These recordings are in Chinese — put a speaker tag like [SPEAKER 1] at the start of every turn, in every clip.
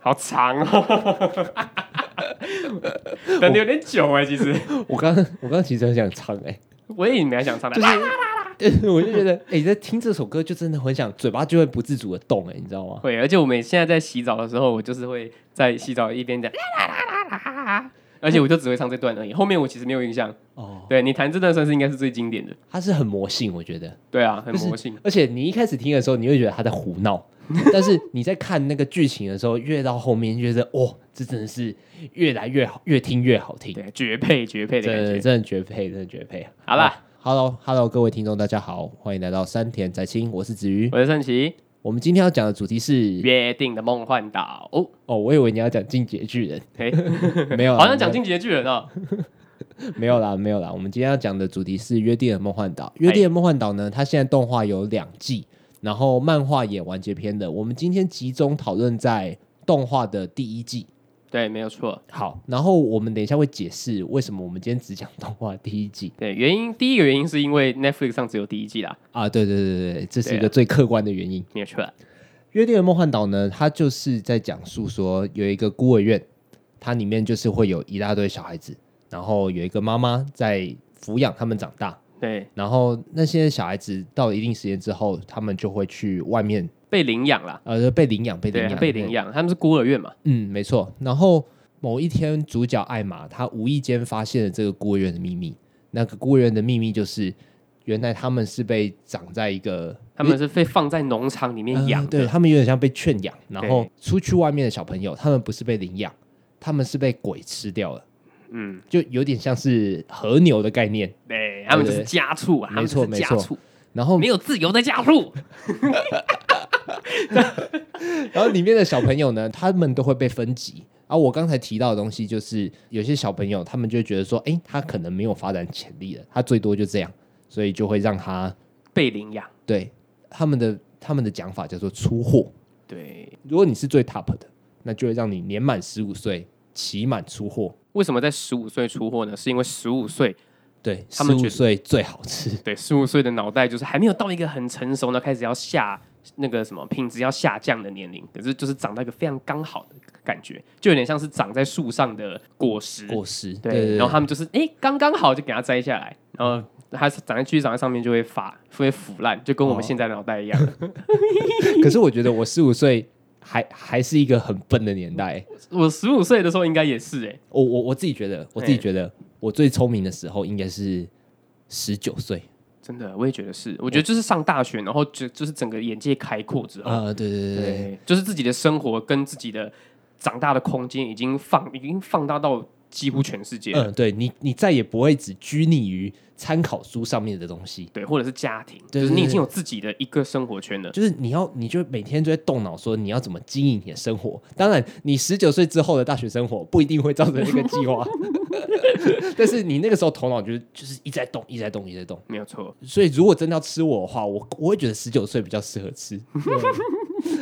[SPEAKER 1] 好长 哦，等的有点久哎，其实
[SPEAKER 2] 我刚 我刚其实很想唱 哎、
[SPEAKER 1] 我也蛮想唱的
[SPEAKER 2] 就，是我就觉得哎、在听这首歌就真的很想嘴巴就会不自主的动哎、你知道吗？
[SPEAKER 1] 会，而且我们现在在洗澡的时候，我就是会在洗澡一边讲，而且我就只会唱这段而已，后面我其实没有印象。
[SPEAKER 2] 哦，
[SPEAKER 1] 对你弹这段算是应该是最经典的，
[SPEAKER 2] 它是很魔性，我觉得。
[SPEAKER 1] 对啊，很
[SPEAKER 2] 就是
[SPEAKER 1] 魔性。
[SPEAKER 2] 而且你一开始听的时候，你会觉得他在胡 闹，但是你在看那个剧情的时候，越到后面就觉得，哦，这真的是越来越好，越听越好听，
[SPEAKER 1] 对，绝配绝配的
[SPEAKER 2] 真的
[SPEAKER 1] 感觉。
[SPEAKER 2] 真的绝配，真的绝配。
[SPEAKER 1] 好啦
[SPEAKER 2] ，Hello Hello，各位听众，大家好，欢迎来到山田宅青，我是子瑜。
[SPEAKER 1] 我是盛奇，
[SPEAKER 2] 我们今天要讲的主题是，
[SPEAKER 1] 约定的梦幻岛。哦，
[SPEAKER 2] 哦，我以为你要讲进阶巨人，
[SPEAKER 1] 嘿，
[SPEAKER 2] 没有啦，啊
[SPEAKER 1] 好像讲
[SPEAKER 2] 没有
[SPEAKER 1] 进阶巨人哦。
[SPEAKER 2] 没有啦，没有啦。我们今天要讲的主题是《约定的梦幻岛》。《约
[SPEAKER 1] 哎
[SPEAKER 2] 定的梦幻岛》呢，它现在动画有两季，然后漫画也完结篇的。我们今天集中讨论在动画的第一季。
[SPEAKER 1] 对，没有错。
[SPEAKER 2] 好，然后我们等一下会解释为什么我们今天只讲动画第一季
[SPEAKER 1] 对，原因第一个原因是因为 Netflix 上只有第一季啦，
[SPEAKER 2] 啊。对对对对对，这是一
[SPEAKER 1] 对
[SPEAKER 2] 个
[SPEAKER 1] 啊
[SPEAKER 2] 最客观的原因。
[SPEAKER 1] 没有错。
[SPEAKER 2] 约定的梦幻岛》呢，它就是在讲述说有一个孤儿院，它里面就是会有一大堆小孩子，然后有一个妈妈在抚养他们长大。
[SPEAKER 1] 对，
[SPEAKER 2] 然后那些小孩子到了一定时间之后，他们就会去外面，
[SPEAKER 1] 被领养啦，
[SPEAKER 2] 呃，被领养，被领
[SPEAKER 1] 对，
[SPEAKER 2] 养，
[SPEAKER 1] 被领。养，他们是孤儿院嘛。
[SPEAKER 2] 嗯，没错。然后某一天，主角艾玛她无意间发现了这个孤儿院的秘密。那个孤儿院的秘密就是，原来他们是被长在一个
[SPEAKER 1] 他们是被放在农场里面
[SPEAKER 2] 呃
[SPEAKER 1] 养
[SPEAKER 2] 对
[SPEAKER 1] 的，
[SPEAKER 2] 他们有点像被圈养。然后
[SPEAKER 1] 对
[SPEAKER 2] 出去外面的小朋友，他们不是被领养，他们是被鬼吃掉了，
[SPEAKER 1] 嗯，
[SPEAKER 2] 就有点像是和牛的概念。
[SPEAKER 1] 对，他们就是家畜啊，他
[SPEAKER 2] 没
[SPEAKER 1] 们
[SPEAKER 2] 错
[SPEAKER 1] 就是家
[SPEAKER 2] 没错哦
[SPEAKER 1] 畜，
[SPEAKER 2] 然后
[SPEAKER 1] 没有自由的家畜，
[SPEAKER 2] 然后里面的小朋友呢，他们都会被分级。而、我刚才提到的东西，就是有些小朋友他们就会觉得说，诶，他可能没有发展潜力了，他最多就这样，所以就会让他
[SPEAKER 1] 被领养。
[SPEAKER 2] 对他们的他们的讲法叫做出货。
[SPEAKER 1] 对，
[SPEAKER 2] 如果你是最 top 的，那就会让你年满十五岁，期满出货。
[SPEAKER 1] 为什么在十五岁出货呢？是因为十五岁，
[SPEAKER 2] 对，
[SPEAKER 1] 他
[SPEAKER 2] 十
[SPEAKER 1] 们觉
[SPEAKER 2] 五
[SPEAKER 1] 得
[SPEAKER 2] 岁最好吃。
[SPEAKER 1] 对，十五岁的脑袋就是还没有到一个很成熟呢，开始要下那个什么品质要下降的年龄，可是就是长到一个非常刚好的感觉，就有点像是长在树上的果实。
[SPEAKER 2] 果实，
[SPEAKER 1] 对，
[SPEAKER 2] 对对对
[SPEAKER 1] 然后他们就是哎刚刚好就给它摘下来，然后它长在继续长在上面就会发会腐烂，就跟我们
[SPEAKER 2] 哦
[SPEAKER 1] 现在的脑袋一样。
[SPEAKER 2] 可是我觉得我十五岁还还是一个很笨的年代。
[SPEAKER 1] 我十五岁的时候应该也是哎、
[SPEAKER 2] 我我我自己觉得，我自己
[SPEAKER 1] 嘿
[SPEAKER 2] 觉得我最聪明的时候应该是十九岁。
[SPEAKER 1] 真的我也觉得是，我觉得就是上大学，然后就就是整个眼界开阔之后，
[SPEAKER 2] 啊，对对对对对，
[SPEAKER 1] 对，就是自己的生活跟自己的长大的空间已经放已经放大到几乎全世界了，
[SPEAKER 2] 嗯，对你你再也不会只拘泥于参考书上面的东西，
[SPEAKER 1] 对，或者是家庭，
[SPEAKER 2] 对
[SPEAKER 1] 就是你已
[SPEAKER 2] 对
[SPEAKER 1] 经有自己的一个生活圈了，
[SPEAKER 2] 就是你要你就每天就在动脑说你要怎么经营你的生活。当然，你十九岁之后的大学生活不一定会照着那个计划， 但是你那个时候头脑就是就是一直在动，一直在动，一直在动。
[SPEAKER 1] 没有错。
[SPEAKER 2] 所以如果真的要吃我的话，我我会觉得十九岁比较适合 吃。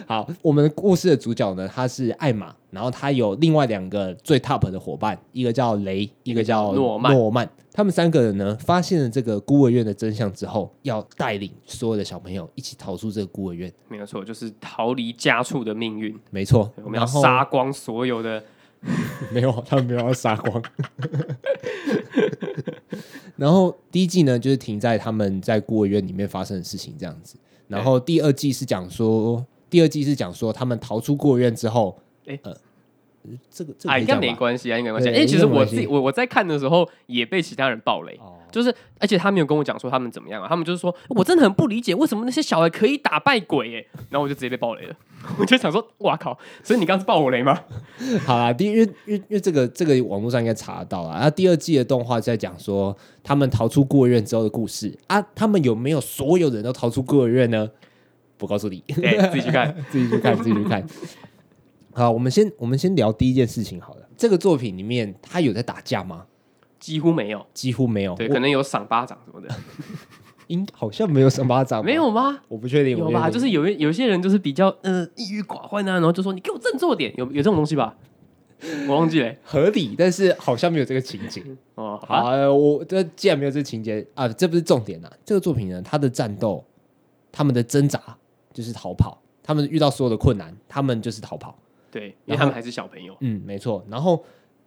[SPEAKER 2] 好，我们故事的主角呢，他是艾玛，然后他有另外两个最 top 的伙伴，一个叫雷，一个叫
[SPEAKER 1] 诺曼
[SPEAKER 2] 诺曼。他们三个人呢，发现了这个孤儿院的真相之后，要带领所有的小朋友一起逃出这个孤儿院。
[SPEAKER 1] 没有错，就是逃离家畜的命运。
[SPEAKER 2] 没错
[SPEAKER 1] 对，我们要
[SPEAKER 2] 然后
[SPEAKER 1] 杀光所有的，
[SPEAKER 2] 没有，他们没有要杀光。 然后第一季呢，就是停在他们在孤儿院里面发生的事情这样子。然后第二季是讲说，第二季是讲说他们逃出孤儿院之后，
[SPEAKER 1] 诶
[SPEAKER 2] 呃，这个这个
[SPEAKER 1] 哎，
[SPEAKER 2] 可以
[SPEAKER 1] 应该
[SPEAKER 2] 讲
[SPEAKER 1] 没
[SPEAKER 2] 吧？
[SPEAKER 1] 关系啊，应该没关系啊。
[SPEAKER 2] 对
[SPEAKER 1] 哎，其实
[SPEAKER 2] 应该没
[SPEAKER 1] 我
[SPEAKER 2] 关系
[SPEAKER 1] 自己，我我在看的时候也被其他人暴雷，
[SPEAKER 2] 哦，
[SPEAKER 1] 就是，而且他没有跟我讲说他们怎么样啊，他们就是说我真的很不理解为什么那些小孩可以打败鬼耶，然后我就直接被爆雷了， 我就想说，哇靠！所以你刚刚是爆我雷 吗？
[SPEAKER 2] 好啦，第因为因为因为这个这个网络上应该查得到啦。啊那第二季的动画在讲说他们逃出孤儿院之后的故事啊，他们有没有所有人都逃出孤儿院呢？不告诉你。
[SPEAKER 1] 对，哎自己去看。
[SPEAKER 2] 自己 去看，自己去看。好，我们先我们先聊第一件事情好了。这个作品里面，他有在打架吗？
[SPEAKER 1] 几乎没有，
[SPEAKER 2] 几乎没有，
[SPEAKER 1] 对，
[SPEAKER 2] 哦我
[SPEAKER 1] 可能有赏巴掌什么的，
[SPEAKER 2] 应好像没有什么巴掌，
[SPEAKER 1] 没，有吗？
[SPEAKER 2] 我不确定，
[SPEAKER 1] 有
[SPEAKER 2] 我不确
[SPEAKER 1] 吧？
[SPEAKER 2] 定
[SPEAKER 1] 就是有一有些人就是比较呃抑郁寡欢啊，然后就说你给我振作点，有有这种东西吧？我忘记了
[SPEAKER 2] 合理，但是好像没有这个情 节。
[SPEAKER 1] 哦，好
[SPEAKER 2] 好、
[SPEAKER 1] 吧，
[SPEAKER 2] 呃我这既然没有这情节啊，这不是重点啊。这个作品呢，它的战斗，他们的挣扎就是逃跑，他们遇到所有的困难，他们就是逃跑。
[SPEAKER 1] 对，因为
[SPEAKER 2] 然后
[SPEAKER 1] 他们还是小朋友，
[SPEAKER 2] 嗯，没错。然后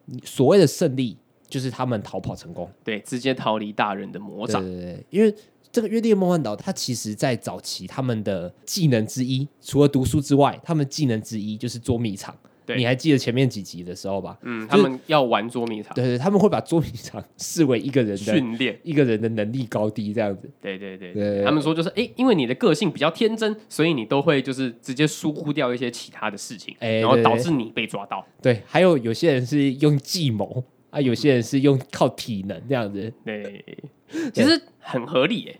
[SPEAKER 2] 你所谓的胜利，就是他们逃跑成功。
[SPEAKER 1] 对，直接逃离大人的魔
[SPEAKER 2] 对
[SPEAKER 1] 掌，
[SPEAKER 2] 对对，因为这个《约定的梦幻岛》，它其实在早期他们的技能之一，除了读书之外，他们技能之一就是捉迷藏。
[SPEAKER 1] 对
[SPEAKER 2] 你还记得前面几集的时候吧？
[SPEAKER 1] 嗯，
[SPEAKER 2] 就
[SPEAKER 1] 他
[SPEAKER 2] 是
[SPEAKER 1] 们要玩捉迷藏
[SPEAKER 2] 对对，他们会把捉迷藏视为一个人的
[SPEAKER 1] 训练，
[SPEAKER 2] 一个人的能力高低这样子。
[SPEAKER 1] 对对对，
[SPEAKER 2] 对对
[SPEAKER 1] 他们说就是，哎，因为你的个性比较天真，所以你都会就是直接疏忽掉一些其他的事情，
[SPEAKER 2] 哎
[SPEAKER 1] 然后
[SPEAKER 2] 对对
[SPEAKER 1] 导致你被抓到，
[SPEAKER 2] 对，还有有些人是用计谋啊，有些人是用靠体能这样子。
[SPEAKER 1] 对，其实很合理耶，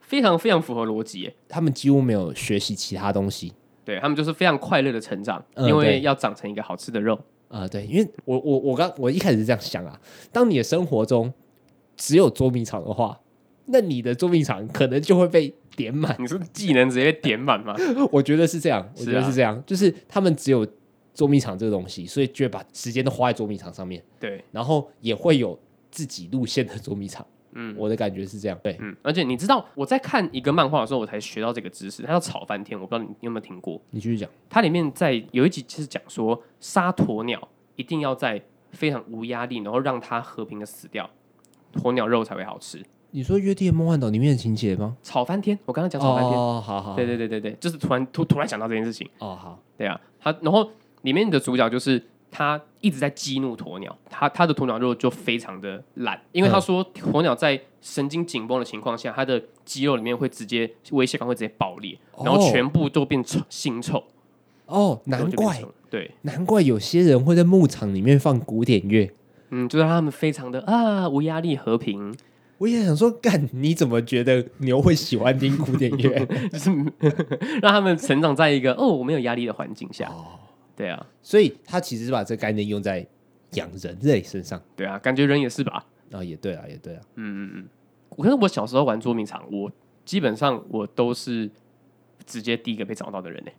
[SPEAKER 1] 非常非常符合逻辑耶，
[SPEAKER 2] 他们几乎没有学习其他东西
[SPEAKER 1] 对他们就是非常快乐的成长，
[SPEAKER 2] 嗯
[SPEAKER 1] 因为
[SPEAKER 2] 对
[SPEAKER 1] 要长成一个好吃的肉，
[SPEAKER 2] 啊、对，因为我我我刚我一开始是这样想啊，当你的生活中只有捉迷藏的话，那你的捉迷藏可能就会被点满。
[SPEAKER 1] 你是技能直接点满 吗？
[SPEAKER 2] 我觉得是这样，我
[SPEAKER 1] 嗯是
[SPEAKER 2] 觉得
[SPEAKER 1] 啊
[SPEAKER 2] 是这样，就是他们只有捉迷藏这个东西，所以就会把时间都花在捉迷藏上面，
[SPEAKER 1] 对，
[SPEAKER 2] 然后也会有自己路线的捉迷藏。
[SPEAKER 1] 嗯
[SPEAKER 2] 我的感觉是这样，对，
[SPEAKER 1] 嗯，而且你知道我在看一个漫画的时候，我才学到这个知识，它叫吵翻天，我不知道你有没有听过。
[SPEAKER 2] 你继续讲。
[SPEAKER 1] 它里面在有一集就是讲说，杀鸵鸟一定要在非常无压力，然后让它和平的死掉，鸵鸟肉才会好吃。
[SPEAKER 2] 你说《约定的梦幻岛》里面的情节吗？
[SPEAKER 1] 吵翻天，我刚刚讲吵翻天，
[SPEAKER 2] 哦，好好，
[SPEAKER 1] 对对对对对，就是突然突突然想到这件事情，
[SPEAKER 2] 哦好，
[SPEAKER 1] 对啊，他然后里面的主角就是。他一直在激怒鸵鸟，他他的鸵鸟肉就非常的烂，因为他说鸵鸟在神经紧绷的情况下，它的肌肉里面会直接微血管会直接爆裂，然后
[SPEAKER 2] 哦
[SPEAKER 1] 全部都变臭腥臭，
[SPEAKER 2] 哦，
[SPEAKER 1] 然后
[SPEAKER 2] 难
[SPEAKER 1] 就变
[SPEAKER 2] 怪
[SPEAKER 1] 成对，
[SPEAKER 2] 难怪有些人会在牧场里面放古典乐。
[SPEAKER 1] 嗯，就让他们非常的啊无压力和平，
[SPEAKER 2] 我也想说，干你怎么觉得牛会喜欢听古典 乐？
[SPEAKER 1] 就是让他们成长在一个哦我没有压力的环境下。
[SPEAKER 2] 哦
[SPEAKER 1] 对啊，
[SPEAKER 2] 所以他其实是把这个概念用在养人类身上。
[SPEAKER 1] 对啊，感觉人也是吧？
[SPEAKER 2] 啊、也对啊，也对啊。
[SPEAKER 1] 嗯嗯嗯。我可是我小时候玩捉迷藏，我基本上我都是直接第一个被找到的人呢、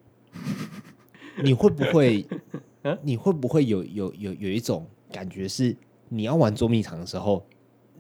[SPEAKER 2] 你会不会，
[SPEAKER 1] 啊
[SPEAKER 2] 你会不会有有有有一种感觉是，你要玩捉迷藏的时候，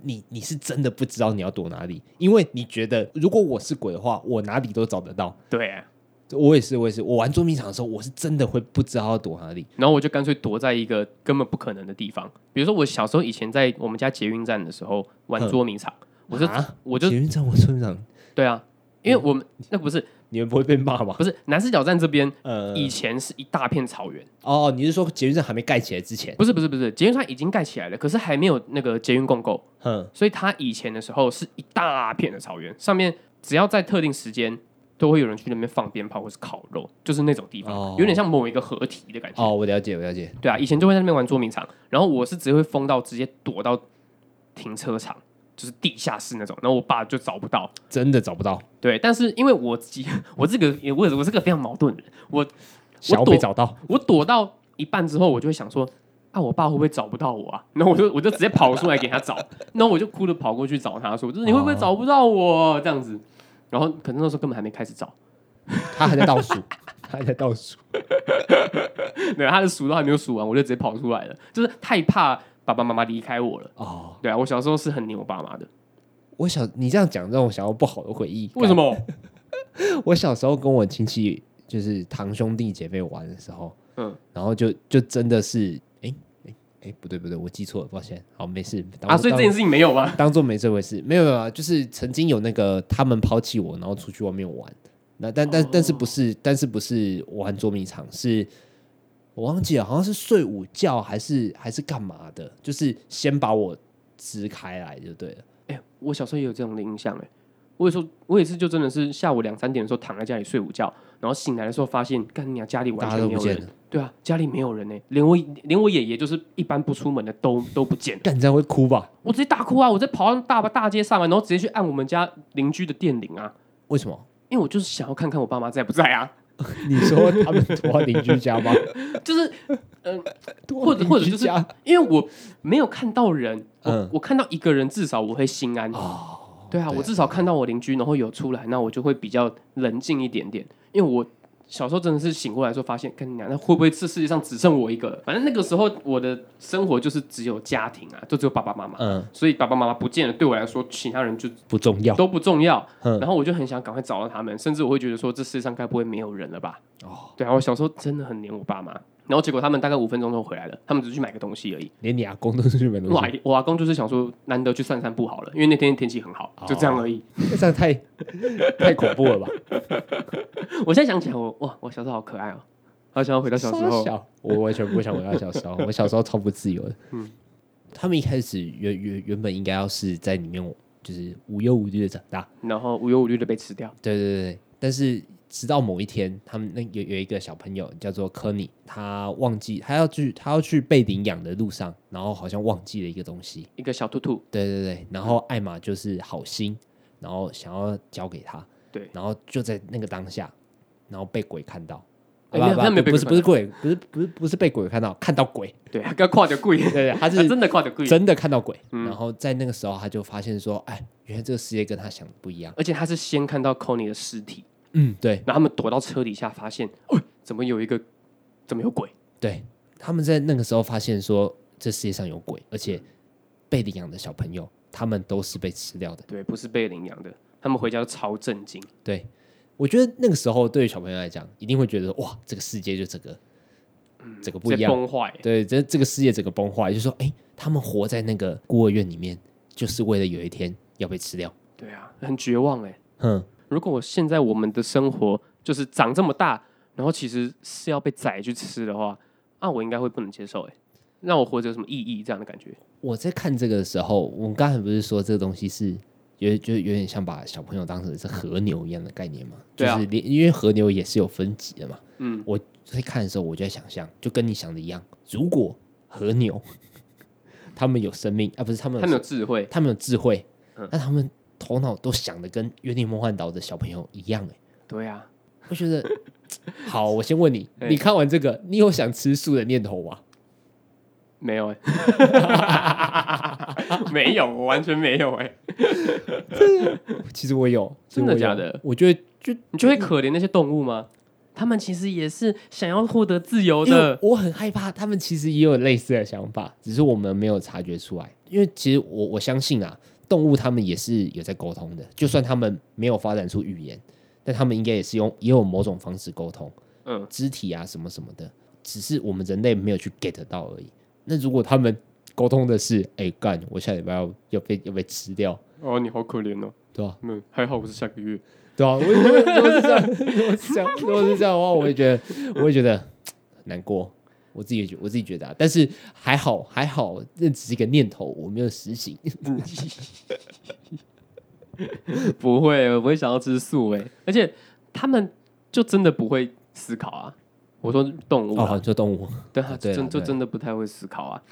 [SPEAKER 2] 你你是真的不知道你要躲哪里，因为你觉得如果我是鬼的话，我哪里都找得到。
[SPEAKER 1] 对啊、
[SPEAKER 2] 我也是，我也是，我玩捉迷藏的时候，我是真的会不知道要躲哪里。
[SPEAKER 1] 然后我就干脆躲在一个根本不可能的地方，比如说我小时候以前在我们家捷运站的时候玩
[SPEAKER 2] 哼
[SPEAKER 1] 捉迷藏，我就
[SPEAKER 2] 啊，
[SPEAKER 1] 我就
[SPEAKER 2] 捷嗯运站，我捉迷藏，
[SPEAKER 1] 对啊，因为我们那不是
[SPEAKER 2] 你们不会被骂吧？
[SPEAKER 1] 不是南四角站这边
[SPEAKER 2] 呃，
[SPEAKER 1] 以前是一大片草原。
[SPEAKER 2] 哦，你是说捷运站还没盖起来之前？
[SPEAKER 1] 不是不是不是，捷运站已经盖起来了，可是还没有那个捷运共购，
[SPEAKER 2] 哼，
[SPEAKER 1] 所以它以前的时候是一大片的草原，上面只要在特定时间都会有人去那边放鞭炮或是烤肉，就是那种地方，
[SPEAKER 2] 哦
[SPEAKER 1] 有点像某一个合体的感觉。
[SPEAKER 2] 哦，我了解，我了解。
[SPEAKER 1] 对啊，以前就会在那边玩捉迷藏，然后我是直接会疯到直接躲到停车场，就是地下室那种，然后我爸就找不到。
[SPEAKER 2] 真的找不到，
[SPEAKER 1] 对，但是因为我自己， 我这个也我也我是个非常矛盾的人，我
[SPEAKER 2] 想要
[SPEAKER 1] 躲
[SPEAKER 2] 被找到，
[SPEAKER 1] 我躲到一半之后，我就会想说，啊，我爸会不会找不到我啊？ 然后我就我就直接跑出来给他找， 然后我就哭着跑过去找他说，就是
[SPEAKER 2] 哦
[SPEAKER 1] 你会不会找不到我这样子？然后可能那时候根本还没开始找，
[SPEAKER 2] 他还在倒数，他还在倒数。
[SPEAKER 1] 对，他的数都还没有数完，我就直接跑出来了，就是太怕爸爸妈妈离开我了。
[SPEAKER 2] 哦，
[SPEAKER 1] 对啊，我小时候是很黏我爸妈的，
[SPEAKER 2] 我小你这样讲让我想到不好的回忆。
[SPEAKER 1] 为什？么？
[SPEAKER 2] 我小时候跟我亲戚就是堂兄弟姐妹玩的时候，
[SPEAKER 1] 嗯，
[SPEAKER 2] 然后就就真的是，哎哎哎，不对不对，我记错了，抱歉。好，没事。当
[SPEAKER 1] 啊，所以这件
[SPEAKER 2] 当
[SPEAKER 1] 事情没有 吗？
[SPEAKER 2] 当做没这回事，没有没有，就是曾经有那个他们抛弃我，然后出去外面玩。那但但但是不是，但是不是玩捉迷藏，是我忘记了，好像是睡午觉还是还是干嘛的，就是先把我支开来就对了。
[SPEAKER 1] 哎、我小时候也有这种的印象哎、我也说，我也是，就真的是下午两三点的时候躺在家里睡午觉，然后醒来的时候发现，干你啊，家里完
[SPEAKER 2] 大家
[SPEAKER 1] 全
[SPEAKER 2] 都
[SPEAKER 1] 没有
[SPEAKER 2] 不见
[SPEAKER 1] 人
[SPEAKER 2] 了。
[SPEAKER 1] 对啊，家里没有人呢、连我连我爷爷就是一般不出门的都都不见了。
[SPEAKER 2] 干你这样会哭吧？
[SPEAKER 1] 我直接大哭啊！我在跑到大大街上啊，然后直接去按我们家邻居的电铃啊，
[SPEAKER 2] 为什么？
[SPEAKER 1] 因为我就是想要看看我爸妈在不在啊。
[SPEAKER 2] 你说他们拖到邻居家吗？
[SPEAKER 1] 就是
[SPEAKER 2] 拖
[SPEAKER 1] 或
[SPEAKER 2] 到
[SPEAKER 1] 者或者
[SPEAKER 2] 邻
[SPEAKER 1] 就
[SPEAKER 2] 居
[SPEAKER 1] 是
[SPEAKER 2] 家
[SPEAKER 1] 因为我没有看到人，我、
[SPEAKER 2] 嗯
[SPEAKER 1] 我看到一个人至少我会心安。
[SPEAKER 2] 哦，
[SPEAKER 1] 对啊，我至少看到我邻居，然后有出来，那我就会比较冷静一点点。因为我小时候真的是醒过来的时候，发现，跟你讲，那会不会这世界上只剩我一个了？反正那个时候我的生活就是只有家庭啊，就只有爸爸妈妈，
[SPEAKER 2] 嗯
[SPEAKER 1] 所以爸爸妈妈不见了，对我来说，其他人就
[SPEAKER 2] 不重要
[SPEAKER 1] 都不重要。
[SPEAKER 2] 嗯
[SPEAKER 1] 然后我就很想赶快找到他们，甚至我会觉得说，这世界上该不会没有人了吧？
[SPEAKER 2] 哦，
[SPEAKER 1] 对啊，我小时候真的很黏我爸妈，然后结果他们大概五分钟就回来了，他们只是去买个东西而已。
[SPEAKER 2] 连你阿公都是日本东
[SPEAKER 1] 我阿
[SPEAKER 2] 西，
[SPEAKER 1] 我阿公就是想说，难得去散散步好了，因为那天天气很好
[SPEAKER 2] 哦，
[SPEAKER 1] 就这样而已。
[SPEAKER 2] 这样太太恐怖了吧？
[SPEAKER 1] 我现在想起来我，哇，我小时候好可爱哦、好想要回到小时候
[SPEAKER 2] 傻。小我完全不想回到小时候，我小时候超不自由的。
[SPEAKER 1] 嗯
[SPEAKER 2] 他们一开始原原原本应该要是在里面，就是无忧无虑的长大，
[SPEAKER 1] 然后无忧无虑的被吃掉。
[SPEAKER 2] 对对对对，但是直到某一天，他们那有有一个小朋友叫做科尼，他忘记他要去他要去被领养的路上，然后好像忘记了一个东西。
[SPEAKER 1] 一个小兔兔，
[SPEAKER 2] 对对对，然后艾玛就是好心，然后想要交给他，
[SPEAKER 1] 对
[SPEAKER 2] 然后就在那个当下，然后被鬼看到。
[SPEAKER 1] 哎
[SPEAKER 2] 啊
[SPEAKER 1] 那
[SPEAKER 2] 不
[SPEAKER 1] 那没有
[SPEAKER 2] 不
[SPEAKER 1] 被
[SPEAKER 2] 不是不
[SPEAKER 1] 鬼
[SPEAKER 2] 是鬼，不是不是不是被鬼看到，看到鬼，
[SPEAKER 1] 对，跟跨着贵，
[SPEAKER 2] 对对，对 他
[SPEAKER 1] 他
[SPEAKER 2] 是
[SPEAKER 1] 真的跨着贵，
[SPEAKER 2] 真的看到鬼。
[SPEAKER 1] 嗯
[SPEAKER 2] 然后在那个时候，他就发现说，哎，原来这个世界跟他想的不一样。
[SPEAKER 1] 而且他是先看到 Conny 的尸体，
[SPEAKER 2] 嗯，对，
[SPEAKER 1] 然后他们躲到车底下，发现，哦，怎么有一个，怎么有鬼？
[SPEAKER 2] 对，他们在那个时候发现说这世界上有鬼，而且被领养的小朋友他们都是被吃掉的。
[SPEAKER 1] 对，不是被领养的，他们回家都超震惊。
[SPEAKER 2] 对，我觉得那个时候对于小朋友来讲，一定会觉得哇，这个世界就这个这个不一
[SPEAKER 1] 直接嗯
[SPEAKER 2] 样。
[SPEAKER 1] 崩坏。
[SPEAKER 2] 对，这这个世界整个崩坏，就说哎，他们活在那个孤儿院里面，就是为了有一天要被吃掉。
[SPEAKER 1] 对啊，很绝望哎。
[SPEAKER 2] 哼，
[SPEAKER 1] 如果我现在我们的生活就是长这么大，然后其实是要被宰去吃的话，啊，我应该会不能接受哎，让我活着有什么意义？这样的感觉。
[SPEAKER 2] 我在看这个的时候，我们刚才不是说这个东西是有就是有点像把小朋友当成是和牛一样的概念嘛？
[SPEAKER 1] 对啊
[SPEAKER 2] 就是连因为和牛也是有分级的嘛。
[SPEAKER 1] 嗯，
[SPEAKER 2] 我在看的时候，我就在想象，就跟你想的一样，如果和牛 他们有生命啊，不是他们
[SPEAKER 1] 他们有智慧，
[SPEAKER 2] 他们有智慧，
[SPEAKER 1] 嗯
[SPEAKER 2] 那他们头脑都想的跟《约定梦幻岛》的小朋友一样、欸，
[SPEAKER 1] 对啊，
[SPEAKER 2] 我 觉得好，我先问你，
[SPEAKER 1] 哎
[SPEAKER 2] 你看完这个，你有想吃素的念头吗？
[SPEAKER 1] 没有哎， 没有，我完全没有哎。
[SPEAKER 2] 其实我有，其实
[SPEAKER 1] 真
[SPEAKER 2] 我有
[SPEAKER 1] 的假的？
[SPEAKER 2] 我觉得就
[SPEAKER 1] 你就会可怜那些动物吗？他们其实也是想要获得自由
[SPEAKER 2] 因为
[SPEAKER 1] 的。
[SPEAKER 2] 我很害怕，他们其实也有类似的想法，只是我们没有察觉出来。因为其实我我相信啊，动物他们也是有在沟通的，就算他们没有发展出语言，但他们应该也是用也有某种方式沟通，
[SPEAKER 1] 嗯，
[SPEAKER 2] 肢体啊什么什么的，只是我们人类没有去 get 到而已。那如果他们沟通的是，哎、干，我下礼拜要要被要被吃掉，
[SPEAKER 1] 哦，你好可怜哦。
[SPEAKER 2] 对吧、
[SPEAKER 1] 嗯，还好我是下个月。
[SPEAKER 2] 对啊，我如果如果是这样，如果是这样，如果是这样的话，我会觉得，我会觉得难过。我自己也觉，我自己觉得、啊，但是还好，还好，那只是一个念头，我没有实行。
[SPEAKER 1] 不会，我不会想要吃素哎。而且他们就真的不会思考啊。我说动物
[SPEAKER 2] 哦，好，
[SPEAKER 1] 啊，
[SPEAKER 2] 就动物。
[SPEAKER 1] 对啊，
[SPEAKER 2] 对啊
[SPEAKER 1] 真就
[SPEAKER 2] 对
[SPEAKER 1] 真的不太会思考啊。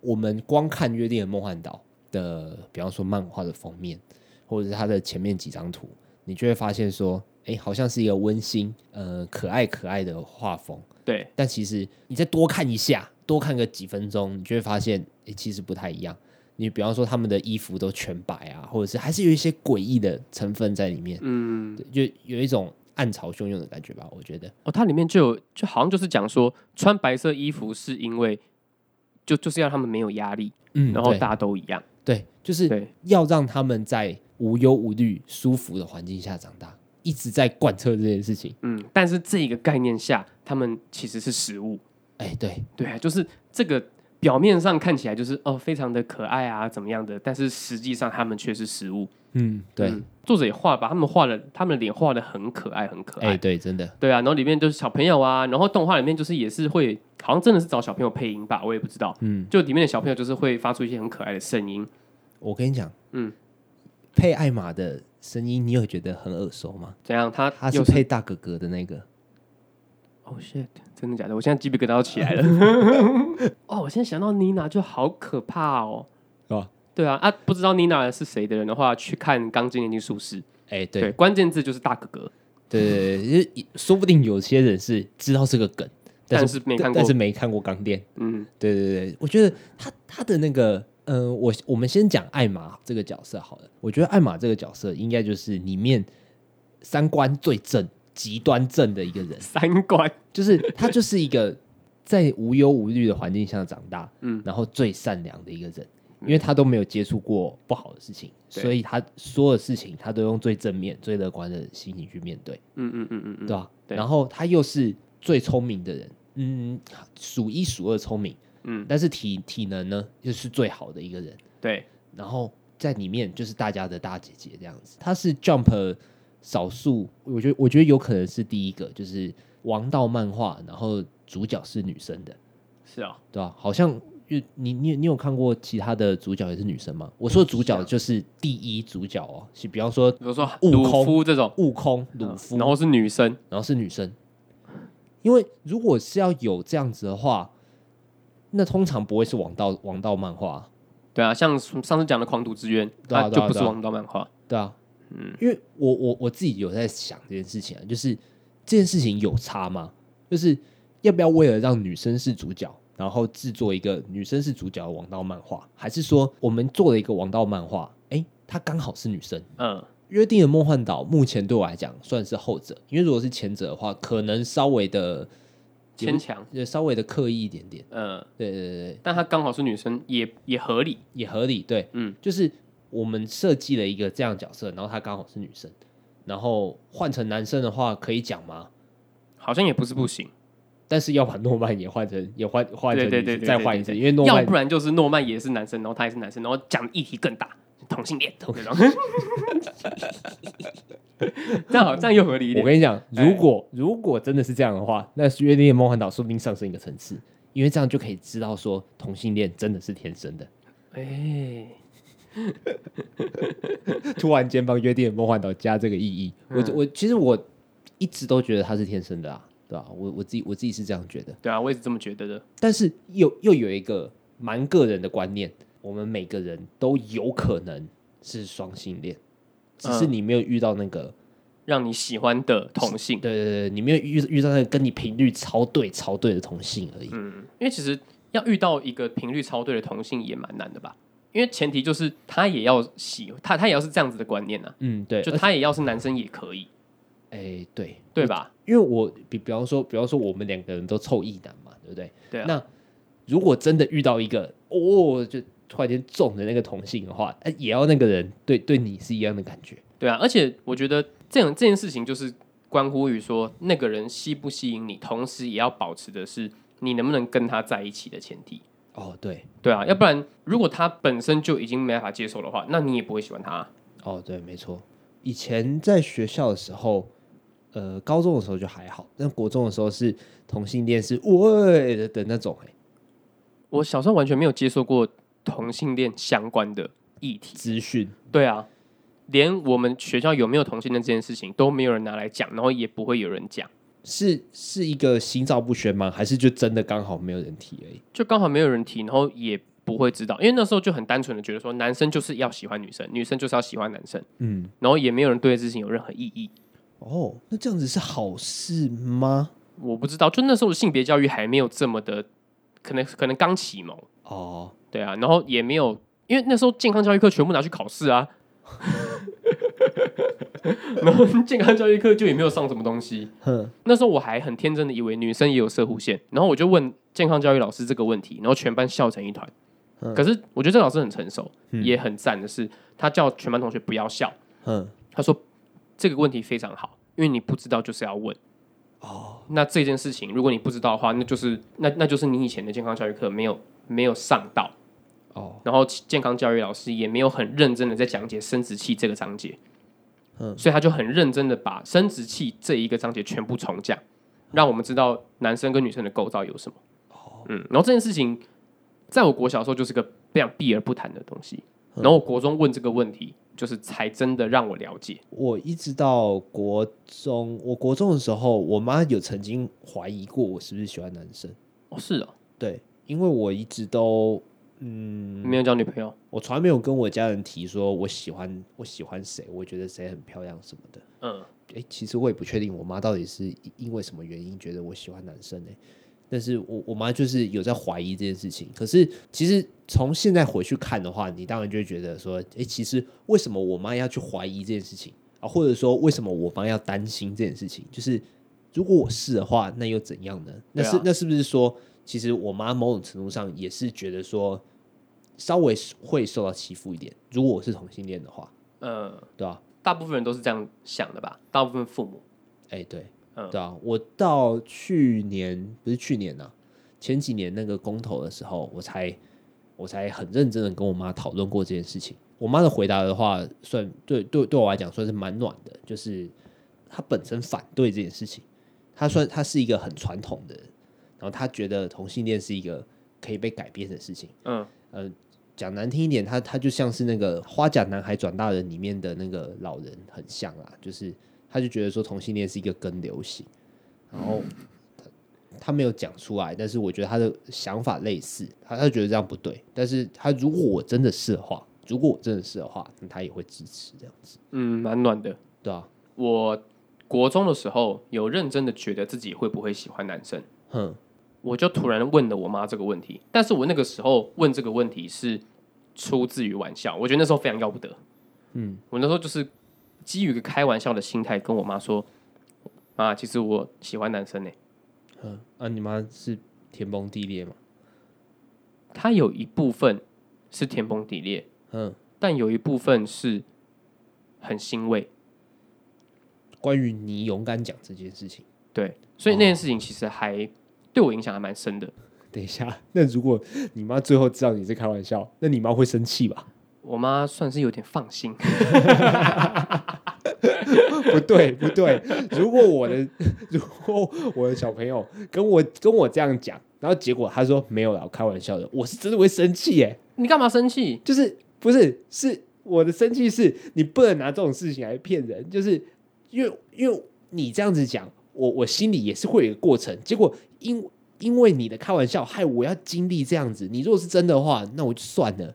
[SPEAKER 2] 我们光看《约定的梦幻岛》的，比方说漫画的封面，或者是它的前面几张图，你就会发现说，哎，好像是一个温馨、呃，可爱可爱的画风。
[SPEAKER 1] 对，
[SPEAKER 2] 但其实你再多看一下，多看个几分钟，你就会发现，诶、其实不太一样。你比方说他们的衣服都全白啊，或者是还是有一些诡异的成分在里面，
[SPEAKER 1] 嗯，
[SPEAKER 2] 对就有一种暗潮汹涌的感觉吧。我觉得，
[SPEAKER 1] 哦，它里面就有，就好像就是讲说，穿白色衣服是因为就就是要他们没有压力，
[SPEAKER 2] 嗯
[SPEAKER 1] 然后
[SPEAKER 2] 对
[SPEAKER 1] 大家都一样。
[SPEAKER 2] 对，就是
[SPEAKER 1] 对，
[SPEAKER 2] 要让他们在无忧无虑、舒服的环境下长大，一直在贯彻这件事情。
[SPEAKER 1] 嗯，但是这一个概念下，他们其实是食物。
[SPEAKER 2] 哎、对，
[SPEAKER 1] 对啊，就是这个表面上看起来就是哦，非常的可爱啊，怎么样的，但是实际上他们却是食物。
[SPEAKER 2] 嗯，对，哎、
[SPEAKER 1] 嗯作者也画把他们画的，他们的脸画的很可爱，很可爱。
[SPEAKER 2] 哎对，真的，
[SPEAKER 1] 对啊，然后里面就是小朋友啊，然后动画里面就是也是会，好像真的是找小朋友配音吧，我也不知道。
[SPEAKER 2] 嗯，
[SPEAKER 1] 就里面的小朋友就是会发出一些很可爱的声音，
[SPEAKER 2] 我跟你讲，
[SPEAKER 1] 嗯，
[SPEAKER 2] 配艾玛的声音，你有觉得很耳熟吗？
[SPEAKER 1] 怎样？他
[SPEAKER 2] 他是
[SPEAKER 1] 又
[SPEAKER 2] 配大哥哥的那个。
[SPEAKER 1] 哦、shit，真的假的？我现在鸡皮疙瘩都起 来了。哦，我现在想到妮娜就好可怕哦。
[SPEAKER 2] 是吧
[SPEAKER 1] 对啊，啊，不知道妮娜是谁的人的话，去看《钢筋炼金术师》
[SPEAKER 2] 哎、
[SPEAKER 1] 对，
[SPEAKER 2] 对
[SPEAKER 1] 关键字就是大哥哥。
[SPEAKER 2] 对对对，就是说不定有些人是知道这个梗，但
[SPEAKER 1] 但
[SPEAKER 2] 是
[SPEAKER 1] 是没看过
[SPEAKER 2] 但是没看过钢电。
[SPEAKER 1] 嗯，
[SPEAKER 2] 对对对，我觉得他他的那个，嗯、我我们先讲艾玛这个角色好了。我觉得艾玛这个角色应该就是里面三观最正、极端正的一个人，
[SPEAKER 1] 三观。
[SPEAKER 2] 就是他就是一个在无忧无虑的环境下长大，嗯
[SPEAKER 1] 嗯，
[SPEAKER 2] 然后最善良的一个人，因为他都没有接触过不好的事情，
[SPEAKER 1] 对
[SPEAKER 2] 所以他所有事情他都用最正面、最乐观的心情去面对。
[SPEAKER 1] 嗯嗯嗯嗯嗯，
[SPEAKER 2] 对吧、
[SPEAKER 1] 对
[SPEAKER 2] 然后他又是最聪明的人，嗯数一数二聪明，
[SPEAKER 1] 嗯，
[SPEAKER 2] 但是体体能呢又是最好的一个人。
[SPEAKER 1] 对，
[SPEAKER 2] 然后在里面就是大家的大姐姐这样子。她是 Jump 少数，我觉得我觉得有可能是第一个，就是王道漫画，然后主角是女生的，
[SPEAKER 1] 是啊，
[SPEAKER 2] 对吧、好像你你你你有看过其他的主角也是女生吗？我说的主角就是第一主角哦，是比方说
[SPEAKER 1] 比如说
[SPEAKER 2] 悟
[SPEAKER 1] 鲁
[SPEAKER 2] 空
[SPEAKER 1] 夫这种，
[SPEAKER 2] 悟空、鲁
[SPEAKER 1] 嗯
[SPEAKER 2] 夫，
[SPEAKER 1] 然后是女生，
[SPEAKER 2] 然后是女生。因为如果是要有这样子的话，那通常不会是王道王道漫画啊、
[SPEAKER 1] 对啊，像上次讲的《狂赌之渊》，
[SPEAKER 2] 对啊
[SPEAKER 1] 它
[SPEAKER 2] 对
[SPEAKER 1] 就
[SPEAKER 2] 啊
[SPEAKER 1] 不是
[SPEAKER 2] 对啊
[SPEAKER 1] 王道漫画，
[SPEAKER 2] 对啊，
[SPEAKER 1] 嗯，
[SPEAKER 2] 因为我我我自己有在想这件事情啊，就是这件事情有差吗？就是要不要为了让女生是主角，然后制作一个女生是主角的王道漫画，还是说我们做了一个王道漫画，诶，它刚好是女生？
[SPEAKER 1] 嗯，
[SPEAKER 2] 约定的梦幻岛目前对我来讲算是后者，因为如果是前者的话，可能稍微的
[SPEAKER 1] 牵强，
[SPEAKER 2] 呃稍微的刻意一点点，
[SPEAKER 1] 嗯，
[SPEAKER 2] 对对对对，
[SPEAKER 1] 但它刚好是女生，也也合理，
[SPEAKER 2] 也合理，对，
[SPEAKER 1] 嗯，
[SPEAKER 2] 就是我们设计了一个这样的角色，然后她刚好是女生，然后换成男生的话可以讲吗？
[SPEAKER 1] 好像也不是不行，
[SPEAKER 2] 但是要把诺曼也换成也换换成
[SPEAKER 1] 对
[SPEAKER 2] 女
[SPEAKER 1] 对对对
[SPEAKER 2] 再
[SPEAKER 1] 对
[SPEAKER 2] 换一
[SPEAKER 1] 对
[SPEAKER 2] 次，
[SPEAKER 1] 对
[SPEAKER 2] 因为诺
[SPEAKER 1] 要
[SPEAKER 2] 曼
[SPEAKER 1] 不然就是诺曼也是男生，然后他也是男生，然后讲的议题更大，同性恋，同性恋， 这样好，这样又合理一
[SPEAKER 2] 我
[SPEAKER 1] 点，
[SPEAKER 2] 跟你讲，
[SPEAKER 1] 哎
[SPEAKER 2] 如果、如果真的是这样的话，那《约定的梦幻岛》说不定上升一个层次，因为这样就可以知道说同性恋真的是天生的。
[SPEAKER 1] 哎，
[SPEAKER 2] 突然间帮《约定的梦幻岛》加这个意义，我、
[SPEAKER 1] 嗯
[SPEAKER 2] 我其实我一直都觉得它是天生的啊，对吧、我我自己我自己是这样觉得，
[SPEAKER 1] 对啊，我也是这么觉得的，
[SPEAKER 2] 但是又又有一个蛮个人的观念，我们每个人都有可能是双性恋，只是
[SPEAKER 1] 嗯
[SPEAKER 2] 你没有遇到那个。
[SPEAKER 1] 让你喜欢的同性。
[SPEAKER 2] 对对对，你没有遇遇到那个跟你频率超对超对的同性而已。
[SPEAKER 1] 嗯，因为其实要遇到一个频率超对的同性也蛮难的吧？因为前提就是他也要喜他，他也要是这样子的观念啊，
[SPEAKER 2] 嗯，对，
[SPEAKER 1] 就
[SPEAKER 2] 而
[SPEAKER 1] 他也要是男生也可以，
[SPEAKER 2] 哎，对，
[SPEAKER 1] 对吧？
[SPEAKER 2] 因为我比比方说，比方说我们两个人都臭意男嘛，对不对？
[SPEAKER 1] 对啊，
[SPEAKER 2] 那如果真的遇到一个哦，就突然间中的那个同性的话，哎、也要那个人对对你是一样的感觉。
[SPEAKER 1] 对啊，而且我觉得这样这件事情就是关乎于说那个人吸不吸引你，同时也要保持的是你能不能跟他在一起的前提。
[SPEAKER 2] 哦，对，
[SPEAKER 1] 对啊，要不然如果他本身就已经没办法接受的话，那你也不会喜欢他啊、
[SPEAKER 2] 哦，对，没错。以前在学校的时候，呃，高中的时候就还好，但国中的时候是同性恋是喂的的那种、哎，
[SPEAKER 1] 我小时候完全没有接受过同性恋相关的议题，
[SPEAKER 2] 资讯。
[SPEAKER 1] 对啊，连我们学校有没有同性恋这件事情都没有人拿来讲，然后也不会有人讲，
[SPEAKER 2] 是是一个心照不宣吗？还是就真的刚好没有人提而已？
[SPEAKER 1] 就刚好没有人提，然后也不会知道，因为那时候就很单纯的觉得说，男生就是要喜欢女生，女生就是要喜欢男生，
[SPEAKER 2] 嗯，
[SPEAKER 1] 然后也没有人对这事情有任何异议。
[SPEAKER 2] 哦，那这样子是好事吗？
[SPEAKER 1] 我不知道，就那时候的性别教育还没有这么的，可能可能刚启蒙，
[SPEAKER 2] 哦，
[SPEAKER 1] 对啊，然后也没有，因为那时候健康教育课全部拿去考试啊。 然后健康教育课就也没有上什么东西，
[SPEAKER 2] 哼，
[SPEAKER 1] 那时候我还很天真的以为女生也有射护线，然后我就问健康教育老师这个问题，然后全班笑成一团。
[SPEAKER 2] 嗯
[SPEAKER 1] 可是我觉得这个老师很成熟，
[SPEAKER 2] 嗯
[SPEAKER 1] 也很赞的是，他叫全班同学不要笑，
[SPEAKER 2] 哼，
[SPEAKER 1] 他说这个问题非常好，因为你不知道就是要问。
[SPEAKER 2] 哦，
[SPEAKER 1] 那这件事情如果你不知道的话，那就是那那就是你以前的健康教育课没有没有上到，
[SPEAKER 2] 哦，
[SPEAKER 1] 然后健康教育老师也没有很认真的在讲解生殖器这个章节，
[SPEAKER 2] 嗯
[SPEAKER 1] 所以他就很认真的把生殖器这一个章节全部重讲，让我们知道男生跟女生的构造有什么。嗯，然后这件事情在我国小的时候就是个非常避而不谈的东西，然后我国中问这个问题，就是才真的让我了解。
[SPEAKER 2] 我一直到国中，我国中的时候，我妈有曾经怀疑过我是不是喜欢男生，
[SPEAKER 1] 哦，是哦，
[SPEAKER 2] 对，因为我一直都，嗯，
[SPEAKER 1] 没有交女朋友，
[SPEAKER 2] 我从来没有跟我家人提说我喜欢我喜欢谁，我觉得谁很漂亮什么的。
[SPEAKER 1] 嗯，
[SPEAKER 2] 哎、其实我也不确定我妈到底是因因为什么原因觉得我喜欢男生呢、但是我我妈就是有在怀疑这件事情。可是其实从现在回去看的话，你当然就会觉得说，哎、其实为什么我妈要去怀疑这件事情啊？或者说为什么我妈要担心这件事情？就是如果我是的话，那又怎样呢？那是、
[SPEAKER 1] 对啊
[SPEAKER 2] 那是不是说，其实我妈某种程度上也是觉得说，稍微会受到欺负一点？如果我是同性恋的话，
[SPEAKER 1] 呃，
[SPEAKER 2] 对吧、
[SPEAKER 1] 大部分人都是这样想的吧？大部分父母，
[SPEAKER 2] 哎、对，
[SPEAKER 1] 嗯
[SPEAKER 2] 对啊，我到去年不是去年啊，前几年那个公投的时候，我才我才很认真的跟我妈讨论过这件事情。我妈的回答的话，算对对对我来讲算是蛮暖的，就是她本身反对这件事情，她算她是一个很传统的人，然后她觉得同性恋是一个可以被改变的事情。
[SPEAKER 1] 嗯，
[SPEAKER 2] 呃，讲难听一点，他他就像是那个《花甲男孩转大人》里面的那个老人很像啦，就是他就觉得说同性恋是一个跟流行，然后他他没有讲出来，但是我觉得他的想法类似，他他觉得这样不对，但是他如果我真的是的话，如果我真的是的话，那他也会支持这样子，
[SPEAKER 1] 嗯，蛮暖的。
[SPEAKER 2] 对啊，
[SPEAKER 1] 我国中的时候有认真的觉得自己会不会喜欢男生，
[SPEAKER 2] 哼，
[SPEAKER 1] 我就突然问了我妈这个问题。但是我那个时候问这个问题是出自于玩笑，我觉得那时候非常要不得。
[SPEAKER 2] 嗯，
[SPEAKER 1] 我那时候就是基于一个开玩笑的心态跟我妈说：“妈，其实我喜欢男生呢、欸
[SPEAKER 2] 嗯，啊，你妈是天崩地裂嘛，
[SPEAKER 1] 他有一部分是天崩地裂，
[SPEAKER 2] 嗯，
[SPEAKER 1] 但有一部分是很欣慰。
[SPEAKER 2] 关于你勇敢讲这件事情。
[SPEAKER 1] 对，所以那件事情其实还、对我影响还蛮深的。
[SPEAKER 2] 等一下，那如果你妈最后知道你是开玩笑，那你妈会生气吧？
[SPEAKER 1] 我妈算是有点放心，
[SPEAKER 2] 不对，不对。如果我的， 如果我的小朋友跟我跟我这样讲，然后结果他说没有啦，我开玩笑的，我是真的会生气耶。
[SPEAKER 1] 你干嘛生气？
[SPEAKER 2] 就是不是是我的生气是你不能拿这种事情来骗人，就是因为因为你这样子讲，我我心里也是会有一个过程，结果因因为你的开玩笑，害我要经历这样子。你如果是真的话，那我就算了。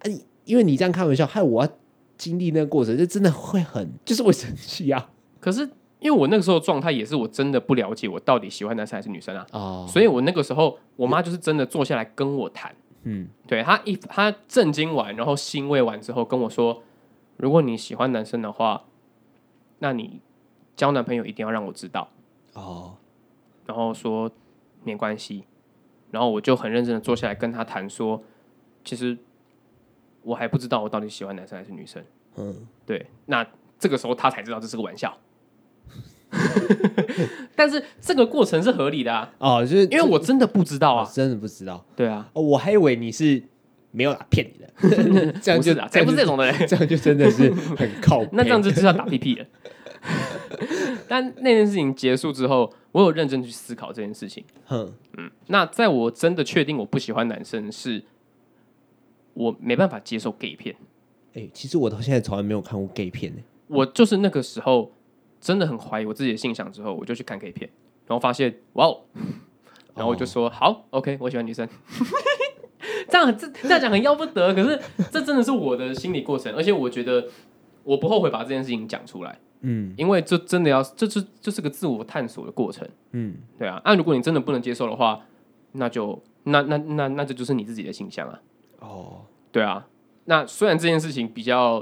[SPEAKER 2] 啊，你因为你这样开玩笑，害我要经历那个过程，这真的会很就是会生气啊
[SPEAKER 1] 可是因为我那个时候状态也是我真的不了解我到底喜欢男生还是女生啊，
[SPEAKER 2] 啊
[SPEAKER 1] 所以我那个时候我妈就是真的坐下来跟我谈。
[SPEAKER 2] 嗯
[SPEAKER 1] 对她一她震惊完，然后欣慰完之后跟我说：“如果你喜欢男生的话，那你交男朋友一定要让我知道。”
[SPEAKER 2] 哦
[SPEAKER 1] 然后说没关系，然后我就很认真的坐下来跟他谈说，其实我还不知道我到底喜欢男生还是女生。
[SPEAKER 2] 嗯
[SPEAKER 1] 对，那这个时候他才知道这是个玩 笑，但是这个过程是合理的啊，
[SPEAKER 2] 哦，就是
[SPEAKER 1] 因为我真的不知道
[SPEAKER 2] 我
[SPEAKER 1] 啊。
[SPEAKER 2] 真的不知道，
[SPEAKER 1] 对啊，
[SPEAKER 2] 哦，我还以为你是没有啦，骗 你的，这样
[SPEAKER 1] 不
[SPEAKER 2] 就是
[SPEAKER 1] 啊，才不是这种的嘞。
[SPEAKER 2] 这样就真的是很靠北。
[SPEAKER 1] 那这样就知道打屁屁了。 但那件事情结束之后，我有认真去思考这件事情。
[SPEAKER 2] 哼，
[SPEAKER 1] 那在我真的确定我不喜欢男生是，我没办法接受 gay 片。
[SPEAKER 2] 哎、其实我到现在从来没有看过 gay 片呢、
[SPEAKER 1] 我就是那个时候真的很怀疑我自己的性向，之后我就去看 gay 片，然后发现哇哦，然后我就说、好，OK，我喜欢女生。 这样这这样讲很要不得，可是这真的是我的心理过程，而且我觉得我不后悔把这件事情讲出来，
[SPEAKER 2] 嗯
[SPEAKER 1] 因为这真的要这是这是个自我探索的过程，
[SPEAKER 2] 嗯，
[SPEAKER 1] 对啊。那、如果你真的不能接受的话，那就那那那那这就是你自己的性向啊。
[SPEAKER 2] 哦，
[SPEAKER 1] 对啊，那虽然这件事情比较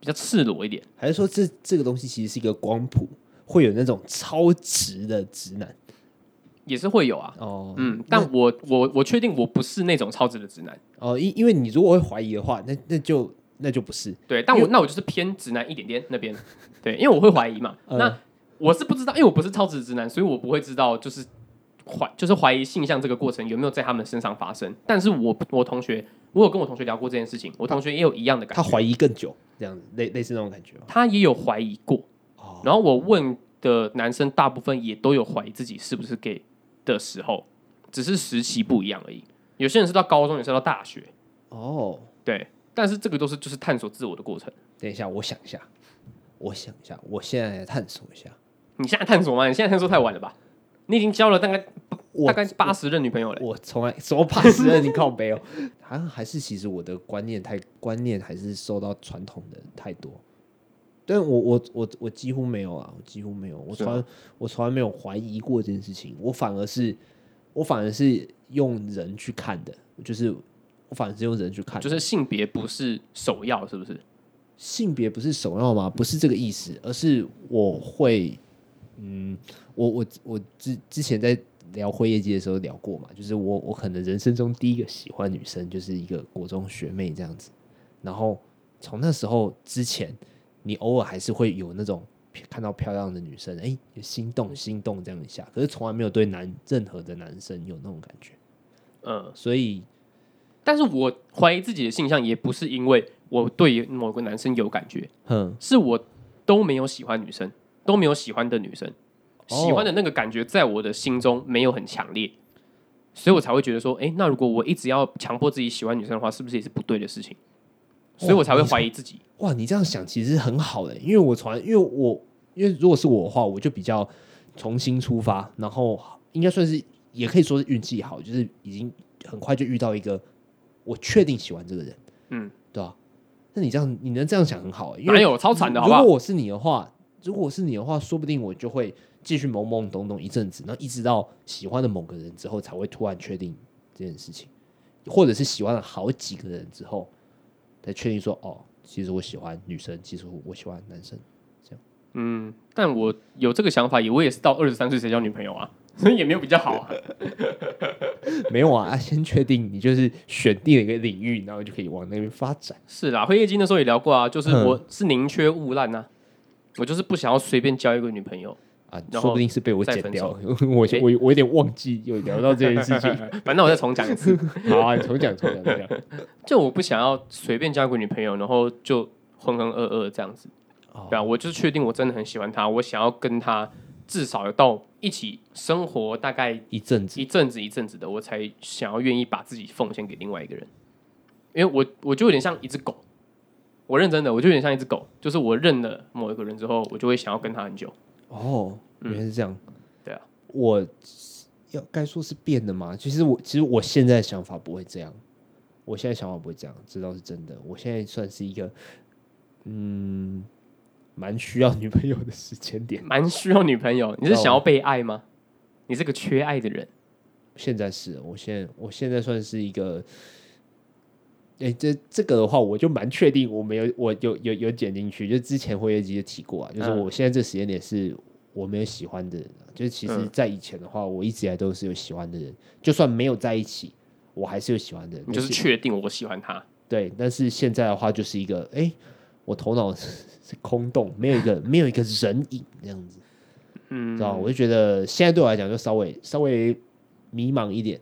[SPEAKER 1] 比较赤裸一点，
[SPEAKER 2] 还是说这这个东西其实是一个光谱，会有那种超直的直男
[SPEAKER 1] 也是会有啊。
[SPEAKER 2] 哦
[SPEAKER 1] 嗯，但我我我确定我不是那种超直的直男，
[SPEAKER 2] 哦，因因为你如果会怀疑的话，那那就那就不是
[SPEAKER 1] 对，但我那我就是偏直男一点点那边，对，因为我会怀疑嘛。
[SPEAKER 2] 嗯
[SPEAKER 1] 那我是不知道，因为我不是超直直男，所以我不会知道就是怀就是怀疑性向这个过程有没有在他们身上发生。但是我我同学，我有跟我同学聊过这件事情，我同学也有一样的感
[SPEAKER 2] 他
[SPEAKER 1] 觉，
[SPEAKER 2] 怀疑更久，这样子类类似那种感觉吗？
[SPEAKER 1] 他也有怀疑过，
[SPEAKER 2] 哦，
[SPEAKER 1] 然后我问的男生大部分也都有怀疑自己是不是 gay 的时候，只是时期不一样而已。有些人是到高中，有些人到大学，
[SPEAKER 2] 哦，
[SPEAKER 1] 对。但是这个都是就是探索自我的过程。
[SPEAKER 2] 等一下，我想一下，我想一下，我现在来探索一下。
[SPEAKER 1] 你现在探索吗？你现在探索太晚了吧？你已经交了大概
[SPEAKER 2] 我
[SPEAKER 1] 大概八十任女朋友了。
[SPEAKER 2] 我从来什么怕死了？你靠背哦， 好像还是其实我的观念太观念还是受到传统的太多，但我我我我几乎没有啊，我几乎没有，我
[SPEAKER 1] 是
[SPEAKER 2] 从
[SPEAKER 1] 吗
[SPEAKER 2] 来我从来没有怀疑过这件事情，我反而是我反而是用人去看的，就是我反而是用人去看的，
[SPEAKER 1] 就是性别不是首要，是不是？
[SPEAKER 2] 性别不是首要吗？不是这个意思，而是我会，嗯，我我我之之前在聊辉夜姬的时候聊过嘛，就是我我可能人生中第一个喜欢女生就是一个国中学妹这样子，然后从那时候之前，你偶尔还是会有那种看到漂亮的女生，哎、也心动心动这样一下，可是从来没有对男任何的男生有那种感觉，
[SPEAKER 1] 嗯，
[SPEAKER 2] 所以
[SPEAKER 1] 但是我怀疑自己的性向也不是因为我对某个男生有感觉，
[SPEAKER 2] 哼，
[SPEAKER 1] 是我都没有喜欢女生，都没有喜欢的女生，
[SPEAKER 2] 哦
[SPEAKER 1] 喜欢的那个感觉在我的心中没有很强烈，所以我才会觉得说，哎、那如果我一直要强迫自己喜欢女生的话，是不是也是不对的事情？所以我才
[SPEAKER 2] 哦
[SPEAKER 1] 会怀疑自己。
[SPEAKER 2] 哇，你这样想其实很好的，欸因为我从来因为我因为如果是我的话，我就比较重新出发，然后应该算是也可以说是运气好，就是已经很快就遇到一个我确定喜欢这个人，
[SPEAKER 1] 嗯，
[SPEAKER 2] 对吧、那你这样你能这样想很好，欸因
[SPEAKER 1] 哪
[SPEAKER 2] 为
[SPEAKER 1] 有超惨的，好
[SPEAKER 2] 如
[SPEAKER 1] 不
[SPEAKER 2] 果
[SPEAKER 1] 好？
[SPEAKER 2] 我是你的话，如果我是你的话，说不定我就会继续懵懵懂懂一阵子，然后一直到喜欢的某个人之后，才会突然确定这件事情，或者是喜欢了好几个人之后，才确定说哦，其实我喜欢女生，其实我喜欢男生。
[SPEAKER 1] 嗯，但我有这个想法，也我也是到二十三岁才交女朋友啊， 所以也没有比较好啊。
[SPEAKER 2] 没有啊，先确定你就是选定了一个领域，然后就可以往那边发展。
[SPEAKER 1] 是啦，辉夜姬那时候也聊过啊，就是
[SPEAKER 2] 嗯
[SPEAKER 1] 我是宁缺毋滥呐、我就是不想要随便交一个女朋友，
[SPEAKER 2] 啊，
[SPEAKER 1] 然后
[SPEAKER 2] 说不定是被我
[SPEAKER 1] 再
[SPEAKER 2] 剪
[SPEAKER 1] 分
[SPEAKER 2] 掉，我 我我有点忘记有聊到这件事情。
[SPEAKER 1] 反正我再重讲一次，
[SPEAKER 2] 好啊，你重讲重讲重讲。
[SPEAKER 1] 就我不想要随便交一个女朋友，然后就浑浑噩噩这样子，
[SPEAKER 2] 哦
[SPEAKER 1] 对啊，我就是确定我真的很喜欢她，我想要跟她至少有到一起生活大概
[SPEAKER 2] 一阵子，
[SPEAKER 1] 一阵子一阵子的，我才想要愿意把自己奉献给另外一个人，因为我我就有点像一只狗，我认真的，我就有点像一只狗，就是我认了某一个人之后，我就会想要跟他很久。
[SPEAKER 2] 哦，
[SPEAKER 1] 嗯
[SPEAKER 2] 原来是这样。
[SPEAKER 1] 对啊，
[SPEAKER 2] 我要该说是变的嘛。其实我其实我现在想法不会这样，我现在想法不会这样，这倒是真的。我现在算是一个嗯，蛮需要女朋友的时间点。
[SPEAKER 1] 蛮需要女朋友。你是想要被爱吗？你是个缺爱的人。
[SPEAKER 2] 现在是，我现在我现在算是一个。哎、这这个的话，我就蛮确定，我没有，我有有有剪进去，就之前辉业机就提过啊，就是
[SPEAKER 1] 嗯
[SPEAKER 2] 我现在这时间点是我没有喜欢的人、啊，就是其实
[SPEAKER 1] 嗯，
[SPEAKER 2] 在以前的话，我一直以来都是有喜欢的人，就算没有在一起，我还是有喜欢的人，
[SPEAKER 1] 你就是
[SPEAKER 2] 但是
[SPEAKER 1] 确定我喜欢他，
[SPEAKER 2] 对，但是现在的话，就是一个，哎、我头脑 是是空洞，没有一个没有一个人影这样子，
[SPEAKER 1] 嗯
[SPEAKER 2] 知道吗？我就觉得现在对我来讲，就稍微稍微迷茫一点，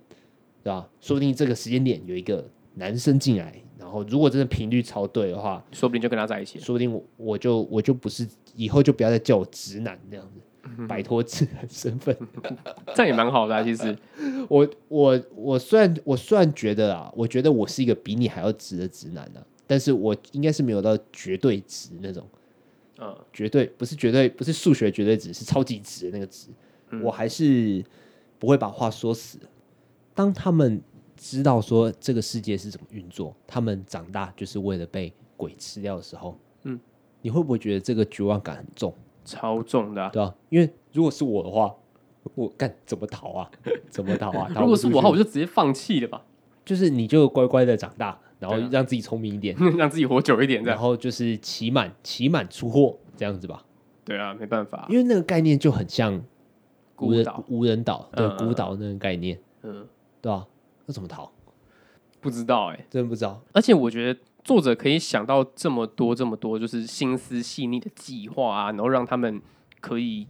[SPEAKER 2] 对吧？说不定这个时间点有一个男生进来，然后如果真的频率超对的话，
[SPEAKER 1] 说不定就跟他在一起了。
[SPEAKER 2] 说不定我我就我就不是以后就不要再叫我直男这样子，摆脱直男身份。
[SPEAKER 1] 这样也蛮好的、啊，其实。
[SPEAKER 2] 我我我虽然我虽然觉得啊，我觉得我是一个比你还要直的直男啊，但是我应该是没有到绝对直那种。
[SPEAKER 1] 嗯，
[SPEAKER 2] 绝对不是绝对不是数学绝对值，是超级值的那个值。
[SPEAKER 1] 嗯
[SPEAKER 2] 我还是不会把话说死。当他们知道说这个世界是怎么运作，他们长大就是为了被鬼吃掉的时候，
[SPEAKER 1] 嗯，
[SPEAKER 2] 你会不会觉得这个绝望感很重，
[SPEAKER 1] 超重的啊、
[SPEAKER 2] 对吧、因为如果是我的话，我干怎么逃啊？ 怎么逃啊？逃不
[SPEAKER 1] 如果是
[SPEAKER 2] 出
[SPEAKER 1] 我的话，我
[SPEAKER 2] 去
[SPEAKER 1] 就直接放弃了吧，
[SPEAKER 2] 就是你就乖乖的长大，然后
[SPEAKER 1] 对啊
[SPEAKER 2] 让自己聪明一点，
[SPEAKER 1] 让自己活久一点这
[SPEAKER 2] 然
[SPEAKER 1] 样。
[SPEAKER 2] 后就是期满期满出货这样子吧。
[SPEAKER 1] 对啊，没办法，
[SPEAKER 2] 因为那个概念就很像
[SPEAKER 1] 孤
[SPEAKER 2] 无人
[SPEAKER 1] 岛
[SPEAKER 2] 无人岛，对
[SPEAKER 1] 嗯嗯
[SPEAKER 2] 孤岛那个概念，
[SPEAKER 1] 嗯，
[SPEAKER 2] 对吧？那怎么逃？
[SPEAKER 1] 不知道哎、
[SPEAKER 2] 真不知道。
[SPEAKER 1] 而且我觉得作者可以想到这么多这么多，就是心思细腻的计划啊，然后让他们可以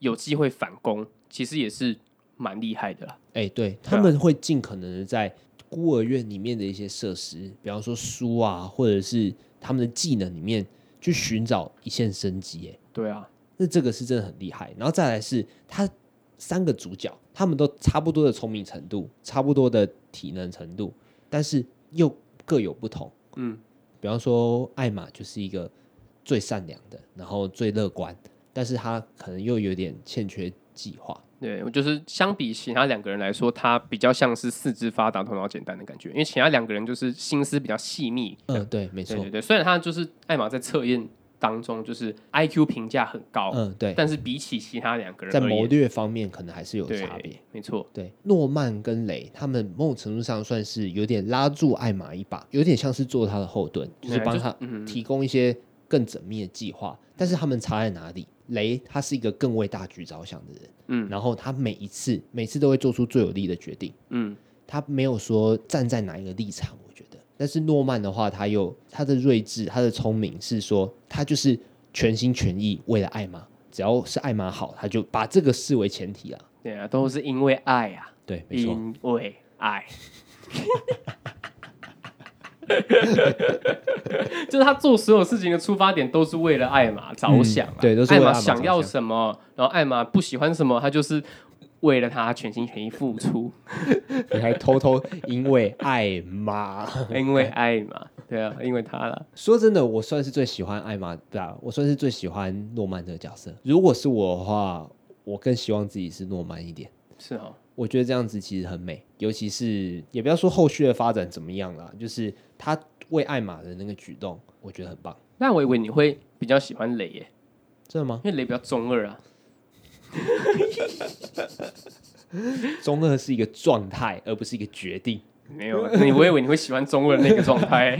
[SPEAKER 1] 有机会反攻，其实也是蛮厉害的啦。
[SPEAKER 2] 哎、对，
[SPEAKER 1] 啊
[SPEAKER 2] 他们会尽可能的在孤儿院里面的一些设施，比方说书啊，或者是他们的技能里面去寻找一线生机。哎，
[SPEAKER 1] 对啊，
[SPEAKER 2] 那这个是真的很厉害。然后再来是他三个主角，他们都差不多的聪明程度，差不多的体能程度，但是又各有不同。
[SPEAKER 1] 嗯，
[SPEAKER 2] 比方说，艾玛就是一个最善良的，然后最乐观，但是他可能又有点欠缺计划。
[SPEAKER 1] 对，我就是相比其他两个人来说，他比较像是四肢发达、头脑简单的感觉，因为其他两个人就是心思比较细密。
[SPEAKER 2] 嗯，对，没
[SPEAKER 1] 对
[SPEAKER 2] 错
[SPEAKER 1] 对。对，虽然他就是艾玛在测验当中就是 IQ 评价很高，
[SPEAKER 2] 嗯，对，
[SPEAKER 1] 但是比起其他两个人
[SPEAKER 2] 在
[SPEAKER 1] 而言
[SPEAKER 2] 谋略方面可能还是有
[SPEAKER 1] 对
[SPEAKER 2] 差别。，
[SPEAKER 1] 没错，
[SPEAKER 2] 对，诺曼跟雷他们某种程度上算是有点拉住艾玛一把，有点像是做他的后盾，就是
[SPEAKER 1] 嗯
[SPEAKER 2] 帮他
[SPEAKER 1] 嗯
[SPEAKER 2] 提供一些更缜密的计划。但是他们差在哪里？雷他是一个更为大局着想的人，
[SPEAKER 1] 嗯
[SPEAKER 2] 然后他每一次每次都会做出最有利的决定。
[SPEAKER 1] 嗯，
[SPEAKER 2] 他没有说站在哪一个立场，我觉得。但是诺曼的话，他有他的睿智，他的聪明，是说他就是全心全意为了艾玛，只要是艾玛好，他就把这个视为前提啊。
[SPEAKER 1] 对啊，都是因为爱啊，
[SPEAKER 3] 对，没错，
[SPEAKER 1] 因为爱。 就是他做所有事情的出发点都是为了艾玛着想、啊
[SPEAKER 2] 嗯对都是为
[SPEAKER 1] 艾
[SPEAKER 2] 了
[SPEAKER 1] 玛
[SPEAKER 2] 艾玛
[SPEAKER 1] 想要
[SPEAKER 2] 着想
[SPEAKER 1] 什么，然后艾玛不喜欢什么，他就是为了他全心全意付 出，
[SPEAKER 2] 你还偷偷因为艾玛，
[SPEAKER 1] 因为爱嘛，对啊，因为他了，
[SPEAKER 2] 说真的，我算是最喜欢艾玛，对啊，我算是最喜欢诺曼这个角色。如果是我的话，我更希望自己是诺曼一点。
[SPEAKER 1] 是哦，
[SPEAKER 2] 我觉得这样子其实很美，尤其是也不要说后续的发展怎么样啦，就是他为艾玛的那个举动，我觉得很棒。
[SPEAKER 1] 那我以为你会比较喜欢雷耶，
[SPEAKER 2] 真的吗？
[SPEAKER 1] 因为雷比较中二啊，
[SPEAKER 2] 中二是一个状态，而不是一个决定。
[SPEAKER 1] 没 有，啊你我以为你会喜欢中二的那个状态，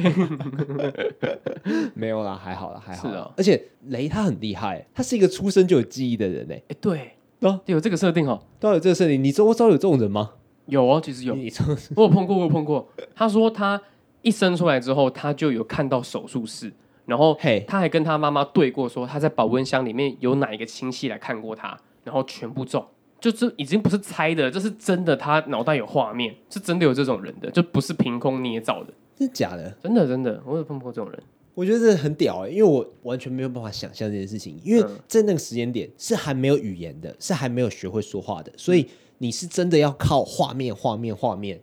[SPEAKER 2] 没有啦，还好啦，还好啦。
[SPEAKER 1] 是哦
[SPEAKER 2] 而且雷他很厉害，他是一个出生就有记忆的人诶。
[SPEAKER 1] 哎，对，
[SPEAKER 2] 啊
[SPEAKER 1] 对，有这个设定哦，
[SPEAKER 2] 到底有这个设定，你周遭有这种人吗？
[SPEAKER 1] 有哦，其实有，
[SPEAKER 2] 你周
[SPEAKER 1] 我有碰过，我有碰过。他说他一生出来之后，他就有看到手术室，然后
[SPEAKER 2] 嘿
[SPEAKER 1] 他还跟他妈妈对过，说他在保温箱里面有哪一个亲戚来看过他，然后全部中。就是已经不是猜的，这是真的。他脑袋有画面，是真的有这种人的，就不是凭空捏造的。
[SPEAKER 2] 真的假的？
[SPEAKER 1] 真的，真的，我有碰过这种人。
[SPEAKER 2] 我觉得这很屌、欸，因为我完全没有办法想象这件事情，因为
[SPEAKER 1] 嗯
[SPEAKER 2] 在那个时间点是还没有语言的，是还没有学会说话的，所
[SPEAKER 1] 嗯
[SPEAKER 2] 以你是真的要靠画面、画面、画面，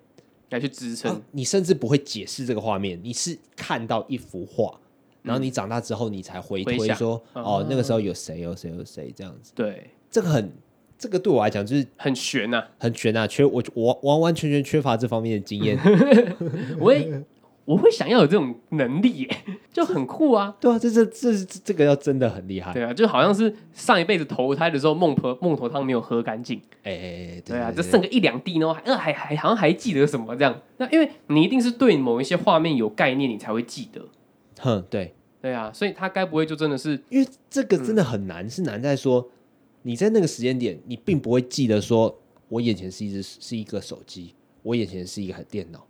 [SPEAKER 1] 来去支撑、
[SPEAKER 2] 啊你甚至不会解释这个画面，你是看到一幅画，然后你长大之后你才回推
[SPEAKER 1] 嗯回想
[SPEAKER 2] 说，
[SPEAKER 1] 嗯
[SPEAKER 2] 哦，那个时候有谁有谁有谁这样子，
[SPEAKER 1] 对，
[SPEAKER 2] 这个很，这个对我来讲就是
[SPEAKER 1] 很悬呐、
[SPEAKER 2] 很悬啊，缺我我完完全全缺乏这方面的经 验，
[SPEAKER 1] 我也我会想要有这种能力耶，就很酷啊。
[SPEAKER 2] 对啊，这这这这这个要真的很厉害，哎
[SPEAKER 1] 对啊，就好像是上一辈子投胎的时候孟婆孟婆汤没有喝干净，
[SPEAKER 2] 哎哎，
[SPEAKER 1] 对啊，
[SPEAKER 2] 这
[SPEAKER 1] 就剩个一两滴，然后还呃还还好像还记得什么这样。那因为你一定是对某一些画面有概念，你才会记得。
[SPEAKER 2] 哼对。
[SPEAKER 1] 对啊，所以他该不会就真的是
[SPEAKER 2] 因为这个真的很难，是难在说你在那个时间点，你并不会记得说我眼前是一只是一个手机，我眼前是一个电脑，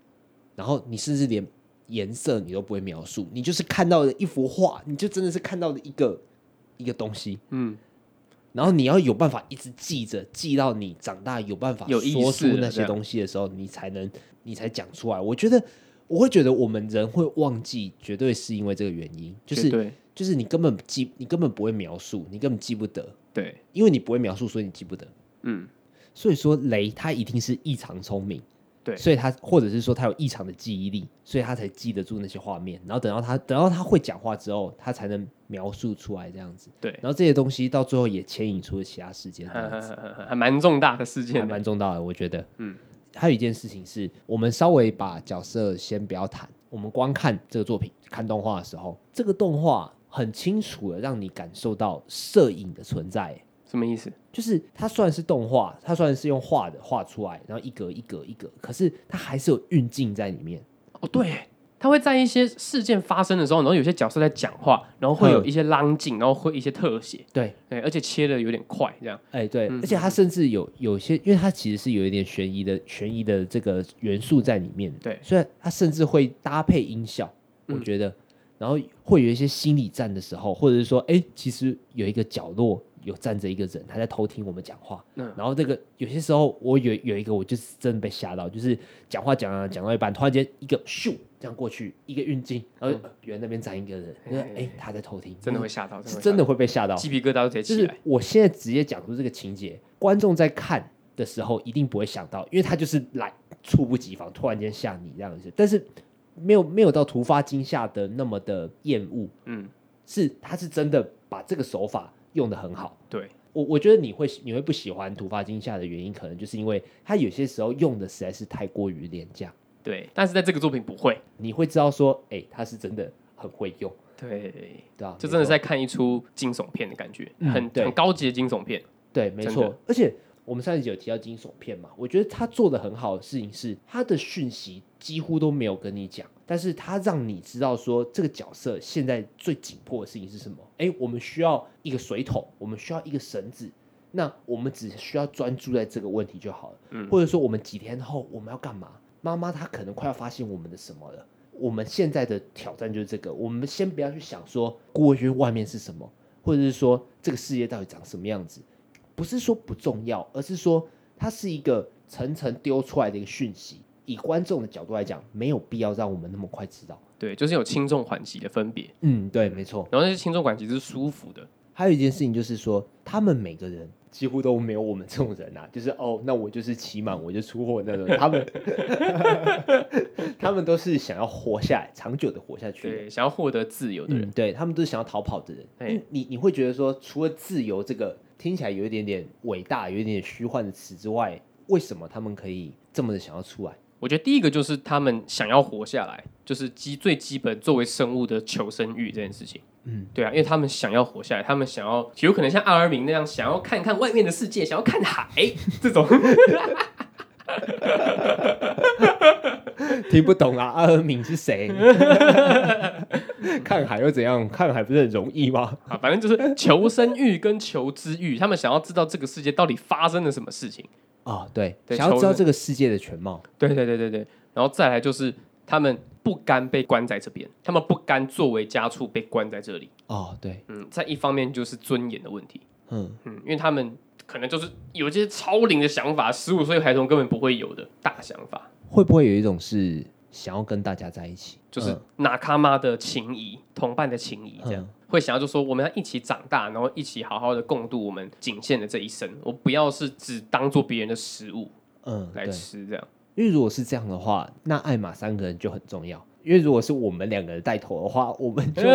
[SPEAKER 2] 然后你甚至连颜色你都不会描述，你就是看到了一幅画，你就真的是看到了一个一个东西，
[SPEAKER 1] 嗯
[SPEAKER 2] 然后你要有办法一直记着，记到你长大有办法
[SPEAKER 1] 有意识
[SPEAKER 2] 说出
[SPEAKER 1] 了
[SPEAKER 2] 那
[SPEAKER 1] 这
[SPEAKER 2] 些
[SPEAKER 1] 样
[SPEAKER 2] 东西的时候，你才能你才讲出来。我觉得我会觉得我们人会忘记，绝对是因为这个原因，就
[SPEAKER 1] 绝
[SPEAKER 2] 是
[SPEAKER 1] 对
[SPEAKER 2] 就是你根本记，你根本不会描述，你根本记不得，
[SPEAKER 1] 对
[SPEAKER 2] 因为你不会描述，所以你记不得。
[SPEAKER 1] 嗯
[SPEAKER 2] 所以说雷他一定是异常聪明，
[SPEAKER 1] 对
[SPEAKER 2] 所以他或者是说他有异常的记忆力，所以他才记得住那些画面。然后等到他等到他会讲话之后，他才能描述出来这样子。
[SPEAKER 1] 对，
[SPEAKER 2] 然后这些东西到最后也牵引出了其他事件，这样子
[SPEAKER 1] 还蛮重大的事
[SPEAKER 2] 还
[SPEAKER 1] 件的
[SPEAKER 2] 蛮重要的，我觉得。
[SPEAKER 1] 嗯，
[SPEAKER 2] 还有一件事情是我们稍微把角色先不要谈，我们光看这个作品，看动画的时候，这个动画很清楚的让你感受到摄影的存在。
[SPEAKER 1] 什么意思？
[SPEAKER 2] 就是它虽然是动画，它虽然是用画的画出来，然后一格一格一格，可是它还是有运镜在里面。
[SPEAKER 1] 哦，对。他会在一些事件发生的时候，然后有些角色在讲话，然后会有
[SPEAKER 2] 嗯
[SPEAKER 1] 一些浪景，然后会一些特写，
[SPEAKER 2] 对，
[SPEAKER 1] 对，而且切的有点快，这样，
[SPEAKER 2] 哎、对，
[SPEAKER 1] 嗯
[SPEAKER 2] 而且它甚至有有些，因为它其实是有一点悬疑的悬疑的这个元素在里面的，
[SPEAKER 1] 对
[SPEAKER 2] 所以它甚至会搭配音效，我
[SPEAKER 1] 嗯
[SPEAKER 2] 觉得，然后会有一些心理战的时候，或者是说，哎、其实有一个角落有站着一个人，他在偷听我们讲话，
[SPEAKER 1] 嗯
[SPEAKER 2] 然后这个有些时候我有有一个我就是真的被吓到，就是讲话讲啊讲到一半，突然间一个咻这样过去，一个运镜，然后就、呃原来那边站一个人，就是哎、
[SPEAKER 1] 嗯嘿嘿
[SPEAKER 2] 他在偷听，
[SPEAKER 1] 嗯真的会吓到，
[SPEAKER 2] 是真的
[SPEAKER 1] 会
[SPEAKER 2] 会被吓到
[SPEAKER 1] 吓到，鸡皮疙瘩都直接
[SPEAKER 2] 就
[SPEAKER 1] 起
[SPEAKER 2] 是
[SPEAKER 1] 来，
[SPEAKER 2] 我现在直接讲出这个情节，观众在看的时候一定不会想到，因为他就是来猝不及防，突然间吓你这样子。但是没有没有到突发惊吓的那么的厌恶，
[SPEAKER 1] 嗯，
[SPEAKER 2] 是他是真的把这个手法用的很好。
[SPEAKER 1] 对，
[SPEAKER 2] 我我觉得你会你会不喜欢突发惊吓的原因，可能就是因为他有些时候用的实在是太过于廉价，
[SPEAKER 1] 对，但是在这个作品不会，
[SPEAKER 2] 你会知道说，哎、他是真的很会用，
[SPEAKER 1] 对，
[SPEAKER 2] 对吧、
[SPEAKER 1] 就真的是在
[SPEAKER 2] 没错
[SPEAKER 1] 看一出惊悚片的感觉，
[SPEAKER 2] 嗯
[SPEAKER 1] 很
[SPEAKER 2] 对
[SPEAKER 1] 很高级的惊悚片。
[SPEAKER 2] 对，没
[SPEAKER 1] 真
[SPEAKER 2] 错
[SPEAKER 1] 的。
[SPEAKER 2] 而且我们上一集有提到惊悚片嘛，我觉得他做的很好的事情是，他的讯息几乎都没有跟你讲，但是他让你知道说这个角色现在最紧迫的事情是什么。哎，我们需要一个水桶，我们需要一个绳子。那我们只需要专注在这个问题就好了，
[SPEAKER 1] 嗯
[SPEAKER 2] 或者说我们几天后我们要干嘛？妈妈她可能快要发现我们的什么了。我们现在的挑战就是这个，我们先不要去想说孤儿院外面是什么，或者是说这个世界到底长什么样子，不是说不重要，而是说它是一个层层丢出来的一个讯息。以观众的角度来讲，没有必要让我们那么快知道。
[SPEAKER 1] 对，就是有轻重缓急的分别，
[SPEAKER 2] 嗯，对，没错。
[SPEAKER 1] 然后那些轻重缓急是舒服的，
[SPEAKER 2] 还有一件事情就是说，他们每个人几乎都没有我们这种人啊，就是哦，那我就是期满我就出货那种。他们， 他们都是想要活下来，长久的活下去的。
[SPEAKER 1] 对，想要获得自由的人，
[SPEAKER 2] 嗯，对他们都是想要逃跑的人。
[SPEAKER 1] 哎
[SPEAKER 2] 因为你你会觉得说，除了自由这个听起来有一点点伟大、有一点点虚幻的词之外，为什么他们可以这么的想要出来？
[SPEAKER 1] 我觉得第一个就是他们想要活下来，就是基最基本作为生物的求生欲这件事情。
[SPEAKER 2] 嗯，
[SPEAKER 1] 对啊，因为他们想要活下来，他们想要有可能像阿尔明那样，想要看看外面的世界，想要看海这种。
[SPEAKER 2] 听不懂啊，阿尔敏是谁？ 看海又怎样？看海不是很容易吗？
[SPEAKER 1] 啊，反正就是求生欲跟求知欲，他们想要知道这个世界到底发生了什么事情。
[SPEAKER 2] 啊、对，
[SPEAKER 1] 对
[SPEAKER 2] 想要知道
[SPEAKER 1] 求生
[SPEAKER 2] 这个世界的全貌。
[SPEAKER 1] 对对对对对，然后再来就是他们不甘被关在这边，他们不甘作为家畜被关在这里。
[SPEAKER 2] 哦，对，
[SPEAKER 1] 嗯，在一方面就是尊严的问题，
[SPEAKER 2] 嗯，
[SPEAKER 1] 嗯，因为他们可能就是有一些超龄的想法，十五岁孩童根本不会有的大想法，
[SPEAKER 2] 会不会有一种是想要跟大家在一起？
[SPEAKER 1] 就是
[SPEAKER 2] 嗯
[SPEAKER 1] 纳卡妈的情谊、同伴的情谊这样。
[SPEAKER 2] 嗯
[SPEAKER 1] 会想要就说我们要一起长大，然后一起好好的共度我们仅限的这一生。我不要是只当做别人的食物
[SPEAKER 2] 嗯，
[SPEAKER 1] 来
[SPEAKER 2] 对
[SPEAKER 1] 吃，这样
[SPEAKER 2] 因为如果是这样的话，那艾玛三个人就很重要。因为如果是我们两个人带头的话，我们 就
[SPEAKER 1] 就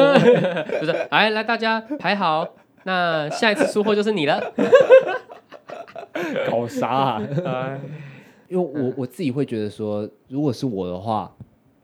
[SPEAKER 1] 是哎来来大家排好，那下一次出货就是你了。
[SPEAKER 2] 搞啥、啊？
[SPEAKER 1] 哎嗯
[SPEAKER 2] 因为我我自己会觉得说，如果是我的话，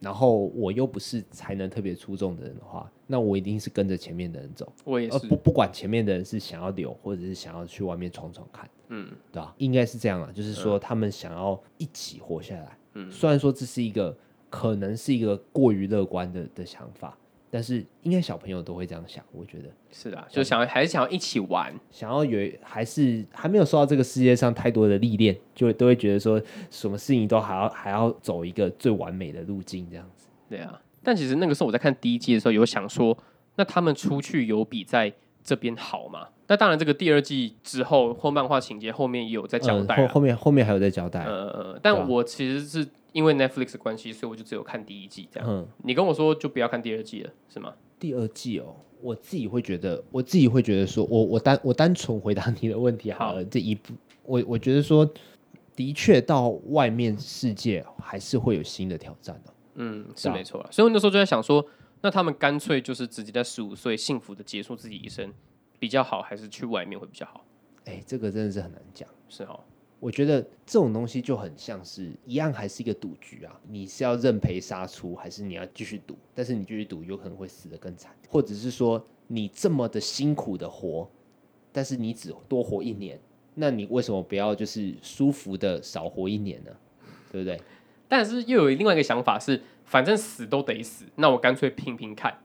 [SPEAKER 2] 然后我又不是才能特别出众的人的话，那我一定是跟着前面的人走，
[SPEAKER 1] 我也
[SPEAKER 2] 呃，
[SPEAKER 1] 是
[SPEAKER 2] 不，不管前面的人是想要留，或者是想要去外面闯闯看，
[SPEAKER 1] 嗯
[SPEAKER 2] 对吧？应该是这样啊，就是说他们想要一起活下来。
[SPEAKER 1] 嗯，
[SPEAKER 2] 虽然说这是一个可能是一个过于乐观的的想法，但是应该小朋友都会这样想，我觉得。
[SPEAKER 1] 是的，就想还是想要一起玩，
[SPEAKER 2] 想要有还是还没有受到这个世界上太多的历练，就都会觉得说什么事情都还要还要走一个最完美的路径这样子。
[SPEAKER 1] 对啊。但其实那个时候我在看第一季的时候，有想说，那他们出去有比在这边好吗？那当然，这个第二季之后或漫画情节后面也有在交代啊、
[SPEAKER 2] 嗯、后后面后面还有在交代。
[SPEAKER 1] 呃，
[SPEAKER 2] 对啊
[SPEAKER 1] 但我其实是因为 Netflix 的关系，所以我就只有看第一季这样。
[SPEAKER 2] 嗯，
[SPEAKER 1] 你跟我说就不要看第二季了，是吗？
[SPEAKER 2] 第二季哦，我自己会觉得，我自己会觉得说，我我单我单纯回答你的问题好了，这一部我我觉得说，的确到外面世界还是会有新的挑战的、
[SPEAKER 1] 嗯，
[SPEAKER 2] 对
[SPEAKER 1] 是
[SPEAKER 2] 啊
[SPEAKER 1] 没错啊。所以我那时候就在想说，那他们干脆就是直接在十五岁幸福的结束自己一生比较好，还是去外面会比较好？
[SPEAKER 2] 哎，这个真的是很难讲。
[SPEAKER 1] 是哦，
[SPEAKER 2] 我觉得这种东西就很像是一样，还是一个赌局啊。你是要认赔杀出，还是你要继续赌？但是你继续赌，有可能会死得更惨，或者是说你这么的辛苦的活，但是你只多活一年，那你为什么不要就是舒服的少活一年呢？对不对？
[SPEAKER 1] 但是又有另外一个想法是，反正死都得死，那我干脆拼拼看。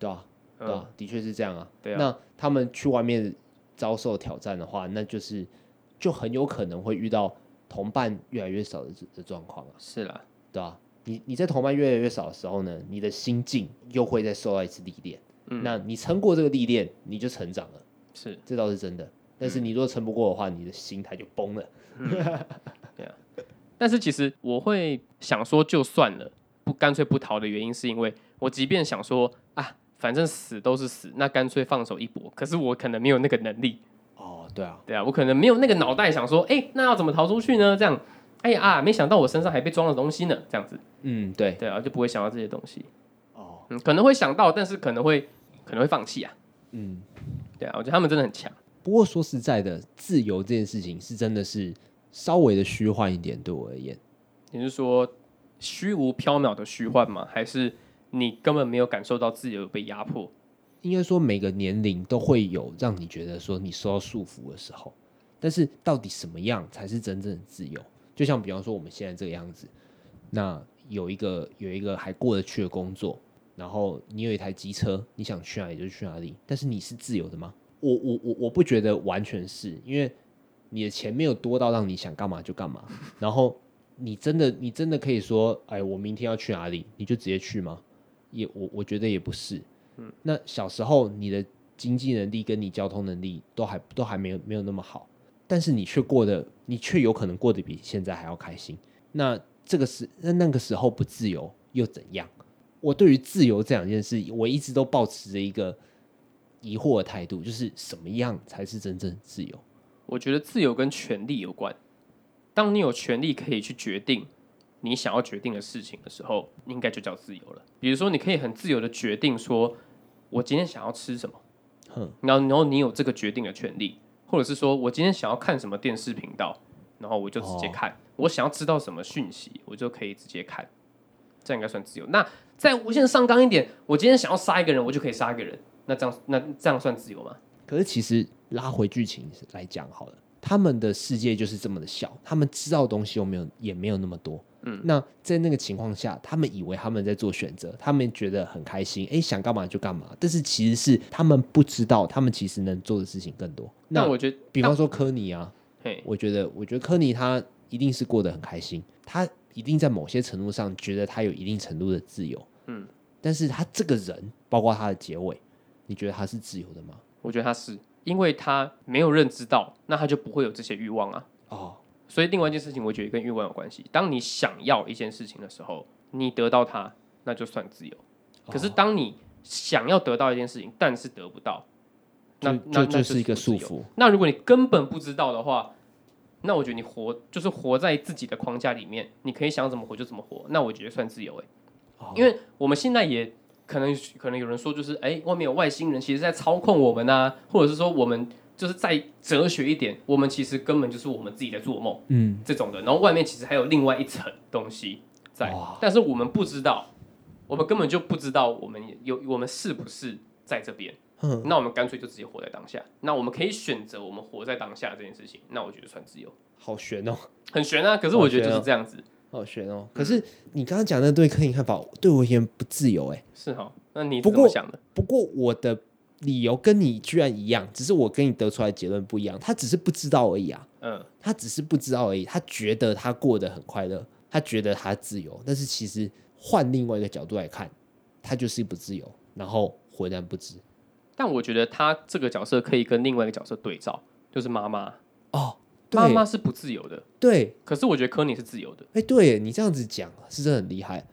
[SPEAKER 2] 对啊，对
[SPEAKER 1] 嗯，
[SPEAKER 2] 啊，的确是这样啊。
[SPEAKER 1] 对啊
[SPEAKER 2] 那他们去外面遭受挑战的话，那就是就很有可能会遇到同伴越来越少的的状况啊。
[SPEAKER 1] 是啦，
[SPEAKER 2] 对啊，你你在同伴越来越少的时候呢，你的心境又会再受到一次历练。
[SPEAKER 1] 嗯
[SPEAKER 2] 那你撑过这个历练，你就成长了，
[SPEAKER 1] 是
[SPEAKER 2] 这倒是真的。但是你如果撑不过的话，你的心态就崩了。
[SPEAKER 1] 但是其实我会想说，就算了，不干脆不逃的原因，是因为我即便想说啊，反正死都是死，那干脆放手一搏。可是我可能没有那个能力，
[SPEAKER 2] 哦，对啊，
[SPEAKER 1] 对啊，我可能没有那个脑袋想说，哎，那要怎么逃出去呢？这样，哎呀啊，没想到我身上还被装了东西呢，这样子，
[SPEAKER 2] 嗯，对，
[SPEAKER 1] 对啊，就不会想到这些东西。
[SPEAKER 2] 哦，
[SPEAKER 1] 嗯，可能会想到，但是可能会可能会放弃啊。
[SPEAKER 2] 嗯。
[SPEAKER 1] 对啊，我觉得他们真的很强。
[SPEAKER 2] 不过说实在的，自由这件事情是真的是稍微的虚幻一点，对我而言。
[SPEAKER 1] 你是说虚无缥缈的虚幻吗？还是你根本没有感受到自己有被压迫？
[SPEAKER 2] 应该说每个年龄都会有让你觉得说你受到束缚的时候，但是到底什么样才是真正的自由？就像比方说我们现在这个样子，那有一个有一个还过得去的工作，然后你有一台机车，你想去哪里就去哪里，但是你是自由的吗？我我我我不觉得完全是因为你的钱没有多到让你想干嘛就干嘛，然后你真的你真的可以说，哎，我明天要去哪里，你就直接去吗？也我我觉得也不是，那小时候你的经济能力跟你交通能力都还都还没有没有那么好，但是你却过得你却有可能过得比现在还要开心。那这个时那那个时候不自由又怎样？我对于自由这两件事，我一直都保持着一个疑惑的态度，就是什么样才是真正自由？
[SPEAKER 1] 我觉得自由跟权利有关。当你有权利可以去决定你想要决定的事情的时候，你应该就叫自由了。比如说，你可以很自由的决定说，我今天想要吃什么，
[SPEAKER 2] 哼，
[SPEAKER 1] 然后然后你有这个决定的权利，或者是说我今天想要看什么电视频道，然后我就直
[SPEAKER 2] 哦
[SPEAKER 1] 接看；我想要知道什么讯息，我就可以直接看。这样应该算自由。那再无限上纲一点，我今天想要杀一个人，我就可以杀一个人。那这样那这样算自由吗？
[SPEAKER 2] 可是其实拉回剧情来讲好了，他们的世界就是这么的小，他们知道的东西又没有也没有那么多。嗯，那在那个情况下，他们以为他们在做选择，他们觉得很开心，诶，想干嘛就干嘛。但是其实是他们不知道，他们其实能做的事情更多。那
[SPEAKER 1] 但我觉得，
[SPEAKER 2] 比方说科尼啊，
[SPEAKER 1] 嘿，
[SPEAKER 2] 我觉得，我觉得科尼他一定是过得很开心，他一定在某些程度上觉得他有一定程度的自由。
[SPEAKER 1] 嗯，
[SPEAKER 2] 但是他这个人，包括他的结尾，你觉得他是自由的吗？
[SPEAKER 1] 我觉得他是，因为他没有认知到，那他就不会有这些欲望啊。
[SPEAKER 2] 哦，
[SPEAKER 1] 所以另外一件事情，我觉得跟欲望有关系。当你想要一件事情的时候，你得到它，那就算自由。
[SPEAKER 2] 哦
[SPEAKER 1] 可是当你想要得到一件事情，但是得不到，那
[SPEAKER 2] 就
[SPEAKER 1] 那
[SPEAKER 2] 就
[SPEAKER 1] 那
[SPEAKER 2] 是一个
[SPEAKER 1] 不自
[SPEAKER 2] 束
[SPEAKER 1] 由。
[SPEAKER 2] 缚。
[SPEAKER 1] 那如果你根本不知道的话，那我觉得你活就是活在自己的框架里面，你可以想怎么活就怎么活，那我觉得算自由哎、
[SPEAKER 2] 哦
[SPEAKER 1] 因为我们现在也可能可能有人说，就是哎、外面有外星人，其实在操控我们呐、或者是说我们就是再哲学一点，我们其实根本就是我们自己在做梦
[SPEAKER 2] 嗯，
[SPEAKER 1] 这种的，然后外面其实还有另外一层东西在
[SPEAKER 2] 哇，
[SPEAKER 1] 但是我们不知道，我们根本就不知道我们有我们是不是在这边。
[SPEAKER 2] 哼
[SPEAKER 1] 那我们干脆就直接活在当下。那我们可以选择我们活在当下这件事情，那我觉得算自由，
[SPEAKER 2] 好悬哦，
[SPEAKER 1] 很悬啊。可是我觉得
[SPEAKER 2] 好
[SPEAKER 1] 就
[SPEAKER 2] 悬啊
[SPEAKER 1] 是这样子，
[SPEAKER 2] 好悬哦。
[SPEAKER 1] 嗯
[SPEAKER 2] 可是你刚刚讲的对科林看法，对我而言不自由哎。
[SPEAKER 1] 是哈。那你
[SPEAKER 2] 不
[SPEAKER 1] 怎
[SPEAKER 2] 过
[SPEAKER 1] 么想的？
[SPEAKER 2] 不过我的理由跟你居然一样，只是我跟你得出来的结论不一样。他只是不知道而已啊，
[SPEAKER 1] 嗯，
[SPEAKER 2] 他只是不知道而已。他觉得他过得很快乐，他觉得他自由，但是其实换另外一个角度来看，他就是不自由，然后浑然不知。
[SPEAKER 1] 但我觉得他这个角色可以跟另外一个角色对照，就是妈妈。
[SPEAKER 2] 哦，对
[SPEAKER 1] 妈妈是不自由的，
[SPEAKER 2] 对，
[SPEAKER 1] 可是我觉得科尼是自由的。
[SPEAKER 2] 哎，对耶你这样子讲是真的很厉害。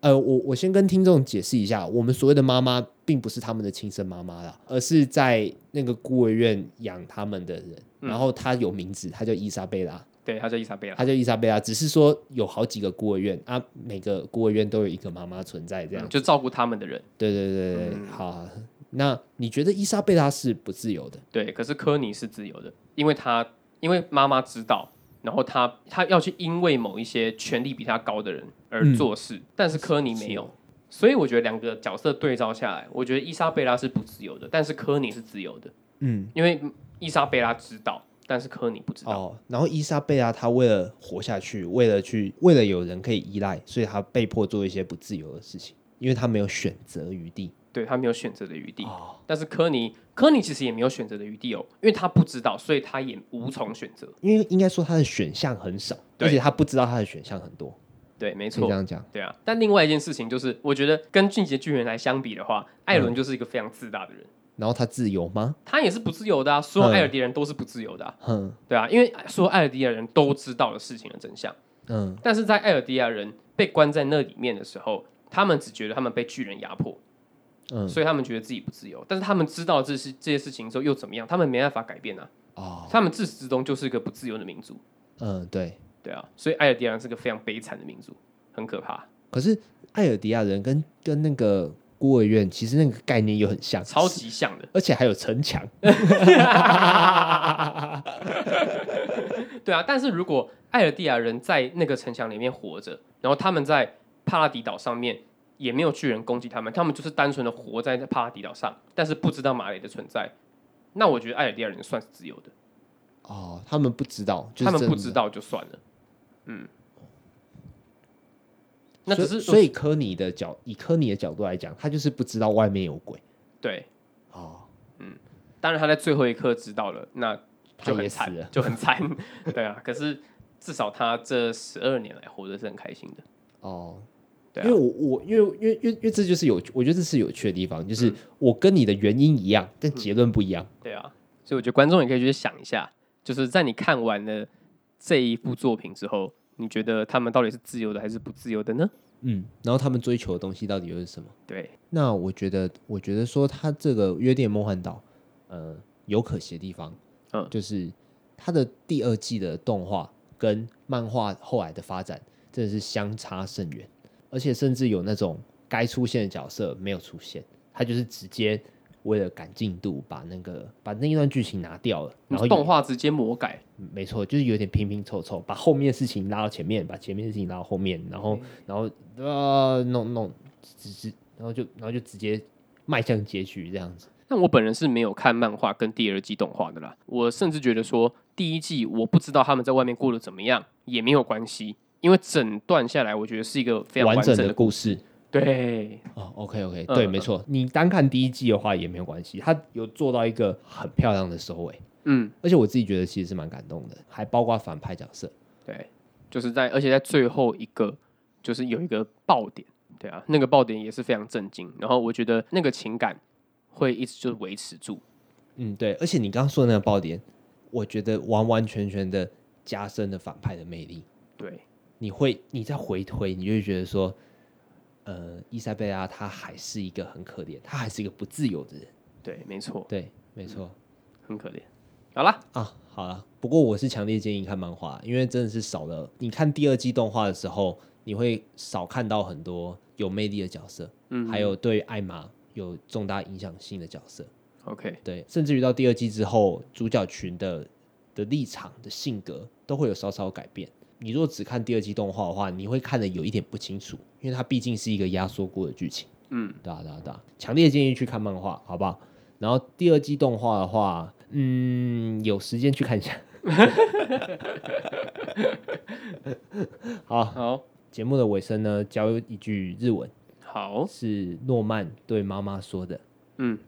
[SPEAKER 2] 呃，我我先跟听众解释一下，我们所谓的妈妈，并不是他们的亲生妈妈啦，而是在那个孤儿院养他们的人。
[SPEAKER 1] 嗯
[SPEAKER 2] 然后她有名字，她叫伊莎贝拉，
[SPEAKER 1] 对，他叫伊莎贝拉。
[SPEAKER 2] 她叫伊莎贝拉。只是说有好几个孤儿院啊，每个孤儿院都有一个妈妈存在，这样
[SPEAKER 1] 嗯。就照顾他们的人，
[SPEAKER 2] 对对对对，对
[SPEAKER 1] 嗯
[SPEAKER 2] 好。啊那你觉得伊莎贝拉是不自由的？
[SPEAKER 1] 对。可是科尼是自由的，因为他因为妈妈知道，然后他他要去因为某一些权力比他高的人
[SPEAKER 2] 嗯
[SPEAKER 1] 而做事，但是科尼没有，所以我觉得两个角色对照下来，我觉得伊莎贝拉是不自由的，但是科尼是自由的，
[SPEAKER 2] 嗯，
[SPEAKER 1] 因为伊莎贝拉知道，但是科尼不知道。
[SPEAKER 2] 哦，然后伊莎贝拉她为了活下去，为了去为了有人可以依赖，所以她被迫做一些不自由的事情，因为她没有选择余地。
[SPEAKER 1] 对他没有选择的余地，
[SPEAKER 2] 哦
[SPEAKER 1] 但是科尼科尼其实也没有选择的余地哦，因为他不知道，所以他也无从选择。
[SPEAKER 2] 因为应该说她的选项很少，
[SPEAKER 1] 对
[SPEAKER 2] 而且她不知道她的选项很多，
[SPEAKER 1] 对，没
[SPEAKER 2] 可以
[SPEAKER 1] 错
[SPEAKER 2] 这，样讲。
[SPEAKER 1] 对啊。但另外一件事情就是，我觉得跟《进击的巨人》来相比的话，艾
[SPEAKER 2] 嗯
[SPEAKER 1] 伦就是一个非常自大的人，
[SPEAKER 2] 然后她自由吗？
[SPEAKER 1] 他也是不自由的啊，所有
[SPEAKER 2] 嗯
[SPEAKER 1] 艾尔迪人都是不自由的、啊，
[SPEAKER 2] 哼，
[SPEAKER 1] 对啊，因为所有艾尔迪亚人都知道了事情的真相，
[SPEAKER 2] 嗯，
[SPEAKER 1] 但是在艾尔迪亚人被关在那里面的时候，他们只觉得他们被巨人压迫，
[SPEAKER 2] 嗯
[SPEAKER 1] 所以他们觉得自己不自由。但是他们知道这些这些事情之后又怎么样？他们没办法改变啊，
[SPEAKER 2] 哦，
[SPEAKER 1] 他们自始至终就是一个不自由的民族，
[SPEAKER 2] 嗯，对。
[SPEAKER 1] 对啊，所以艾尔迪亚人是个非常悲惨的民族，很可怕，
[SPEAKER 2] 可是艾尔迪亚人跟跟那个孤儿院其实那个概念又很像，
[SPEAKER 1] 超级像 的。
[SPEAKER 2] 而且还有 城墙。
[SPEAKER 1] 对啊，但是如果艾尔蒂亚人在那个城墙里面活着，然后他们在帕拉迪岛上面也没有巨人攻击他们，他们就是单纯的活在帕拉迪岛上，但是不知道马雷的存在。那我觉得艾尔蒂亚人算是自由的，
[SPEAKER 2] 哦，他们不知道，就是
[SPEAKER 1] 他们
[SPEAKER 2] 真
[SPEAKER 1] 不
[SPEAKER 2] 的
[SPEAKER 1] 知道就算了。嗯，那
[SPEAKER 2] 所
[SPEAKER 1] 只
[SPEAKER 2] 以
[SPEAKER 1] 是
[SPEAKER 2] 所以科尼的角以科尼的角度来讲，他就是不知道外面有鬼
[SPEAKER 1] 呃对，
[SPEAKER 2] 哦，
[SPEAKER 1] 当然他在最后一刻知道了，那
[SPEAKER 2] 他
[SPEAKER 1] 就
[SPEAKER 2] 也
[SPEAKER 1] 很
[SPEAKER 2] 死
[SPEAKER 1] 惨
[SPEAKER 2] 了，
[SPEAKER 1] 就很惨。 对啊，可是至少他这十二年来活得是很开心的。
[SPEAKER 2] 哦。
[SPEAKER 1] 对啊
[SPEAKER 4] 因为我我因为因为因为因为这就是有，我觉得这是有趣的地方，
[SPEAKER 1] 嗯
[SPEAKER 4] 就是我跟你的原因一样，但结论不一样。
[SPEAKER 1] 对啊，所以我觉得观众也可以去想一下，就是在你看完了这一部作品之后，你觉得他们到底是自由的还是不自由的呢？
[SPEAKER 4] 嗯，
[SPEAKER 2] 然后他们追求的东西到底又是什么？
[SPEAKER 1] 对，
[SPEAKER 2] 那我觉得，我觉得说他这个《约定梦幻岛》，呃，有可惜的地方，
[SPEAKER 1] 嗯
[SPEAKER 2] 就是他的第二季的动画跟漫画后来的发展真的是相差甚远，而且甚至有那种该出现的角色没有出现，他就是直接为了赶进度把那个把那一段剧情拿掉了，然后有
[SPEAKER 1] 动画直接魔改，
[SPEAKER 2] 没错，就是有点拼拼凑凑，把后面的事情拉到前面，把前面的事情拉到后面，然后然后呃弄弄直直，然后就然后就直接迈向结局这样子。
[SPEAKER 1] 但我本人是没有看漫画跟第二季动画的啦。我甚至觉得说，第一季我不知道他们在外面过得怎么样，也没有关系，因为整段下来，我觉得是一个非常
[SPEAKER 2] 完
[SPEAKER 1] 完
[SPEAKER 2] 整
[SPEAKER 1] 整
[SPEAKER 2] 的
[SPEAKER 1] 的。
[SPEAKER 2] 故事
[SPEAKER 1] 对，
[SPEAKER 2] 哦，OK OK，
[SPEAKER 1] 嗯
[SPEAKER 2] 对，
[SPEAKER 1] 嗯
[SPEAKER 2] 没错，你单看第一季的话也没有关系，它有做到一个很漂亮的收尾，
[SPEAKER 1] 嗯，
[SPEAKER 2] 而且我自己觉得其实是蛮感动的，还包括反派角色，
[SPEAKER 1] 对，就是在，而且在最后一个，就是有一个爆点，对啊，那个爆点也是非常震惊。然后我觉得那个情感会一直就维持住，
[SPEAKER 2] 嗯，对，而且你刚刚说的那个爆点，我觉得完完全全的加深了反派的魅力。
[SPEAKER 1] 对，
[SPEAKER 2] 你会你再回推，你就会觉得说，呃，伊莎贝拉她还是一个很可怜，她还是一个不自由的人。
[SPEAKER 1] 对，没错，
[SPEAKER 2] 对，没错
[SPEAKER 1] 很可怜。好啦，
[SPEAKER 2] 啊。好了，不过我是强烈建议看漫画，因为真的是少了你看第二季动画的时候，你会少看到很多有魅力的角色，
[SPEAKER 1] 嗯，
[SPEAKER 2] 还有对艾玛有重大影响性的角色。
[SPEAKER 1] OK，
[SPEAKER 2] 对，甚至于到第二季之后，主角群的的立场的性格都会有稍稍改变。你若只看第二季动画的话，你会看得有一点不清楚，因为它毕竟是一个压缩过的剧情。
[SPEAKER 1] 嗯，
[SPEAKER 2] 对啊，对啊，对啊，强烈建议去看漫画，好不好？然后第二季动画的话，嗯，有时间去看一下。好，
[SPEAKER 1] 好，
[SPEAKER 2] 节目的尾声呢，教一句日文，
[SPEAKER 1] 好，
[SPEAKER 2] 是诺曼对妈妈说的。
[SPEAKER 1] 哦嗯，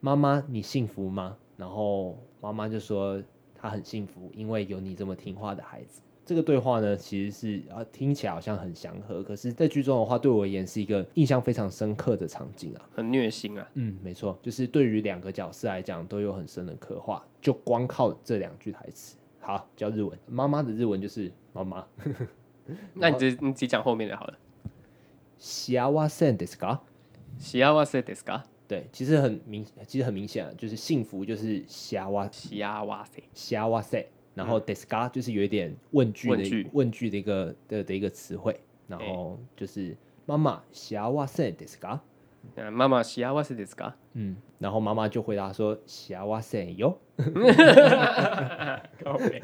[SPEAKER 2] 妈妈，你幸福吗？然后妈妈就说她很幸福，因为有你这么听话的孩子。这个对话呢，其实是啊，听起来好像很祥和，可是，在剧中的话，对我而言是一个印象非常深刻的场景啊。
[SPEAKER 1] 很虐心啊。
[SPEAKER 2] 嗯，没错，就是对于两个角色来讲，都有很深的刻画，就光靠这两句台词。好，教日文，妈妈的日文就是妈妈。
[SPEAKER 1] 那你直你直接讲后面的好了。
[SPEAKER 2] 幸せですか？
[SPEAKER 1] 幸せですか？
[SPEAKER 2] 对，其实很明，其实很明显啊，就是幸福就是幸せ。
[SPEAKER 1] 幸せ。
[SPEAKER 2] 虾哇塞，然后 deska 就是有一点问句的
[SPEAKER 1] 嗯问句
[SPEAKER 2] 问句的一个的的一个词汇，然后就是妈妈虾哇塞 deska，
[SPEAKER 1] 呃妈妈幸せですか？
[SPEAKER 2] 嗯，然后妈妈就回答说虾哇塞哟，
[SPEAKER 1] 靠北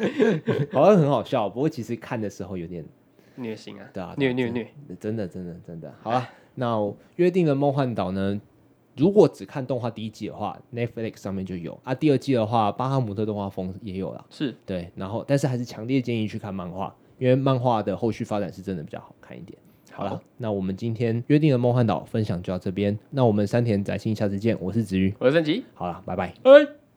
[SPEAKER 2] 好像很好笑，不过其实看的时候有点
[SPEAKER 1] 虐心啊！
[SPEAKER 2] 对啊，
[SPEAKER 1] 虐虐
[SPEAKER 2] 真
[SPEAKER 1] 虐。，
[SPEAKER 2] 真的真的真的，好了，那约定的梦幻岛呢？如果只看动画第一季的话，Netflix 上面就有啊。第二季的话，巴哈姆特动画风也有啦。
[SPEAKER 1] 是
[SPEAKER 2] 对，然后但是还是强烈建议去看漫画，因为漫画的后续发展是真的比较好看一点。好了，，那我们今天约定的梦幻岛分享就到这边，那我们山田宅信下次见，我是子瑜，
[SPEAKER 1] 我是郑吉，
[SPEAKER 2] 好了，拜拜。
[SPEAKER 1] 哎。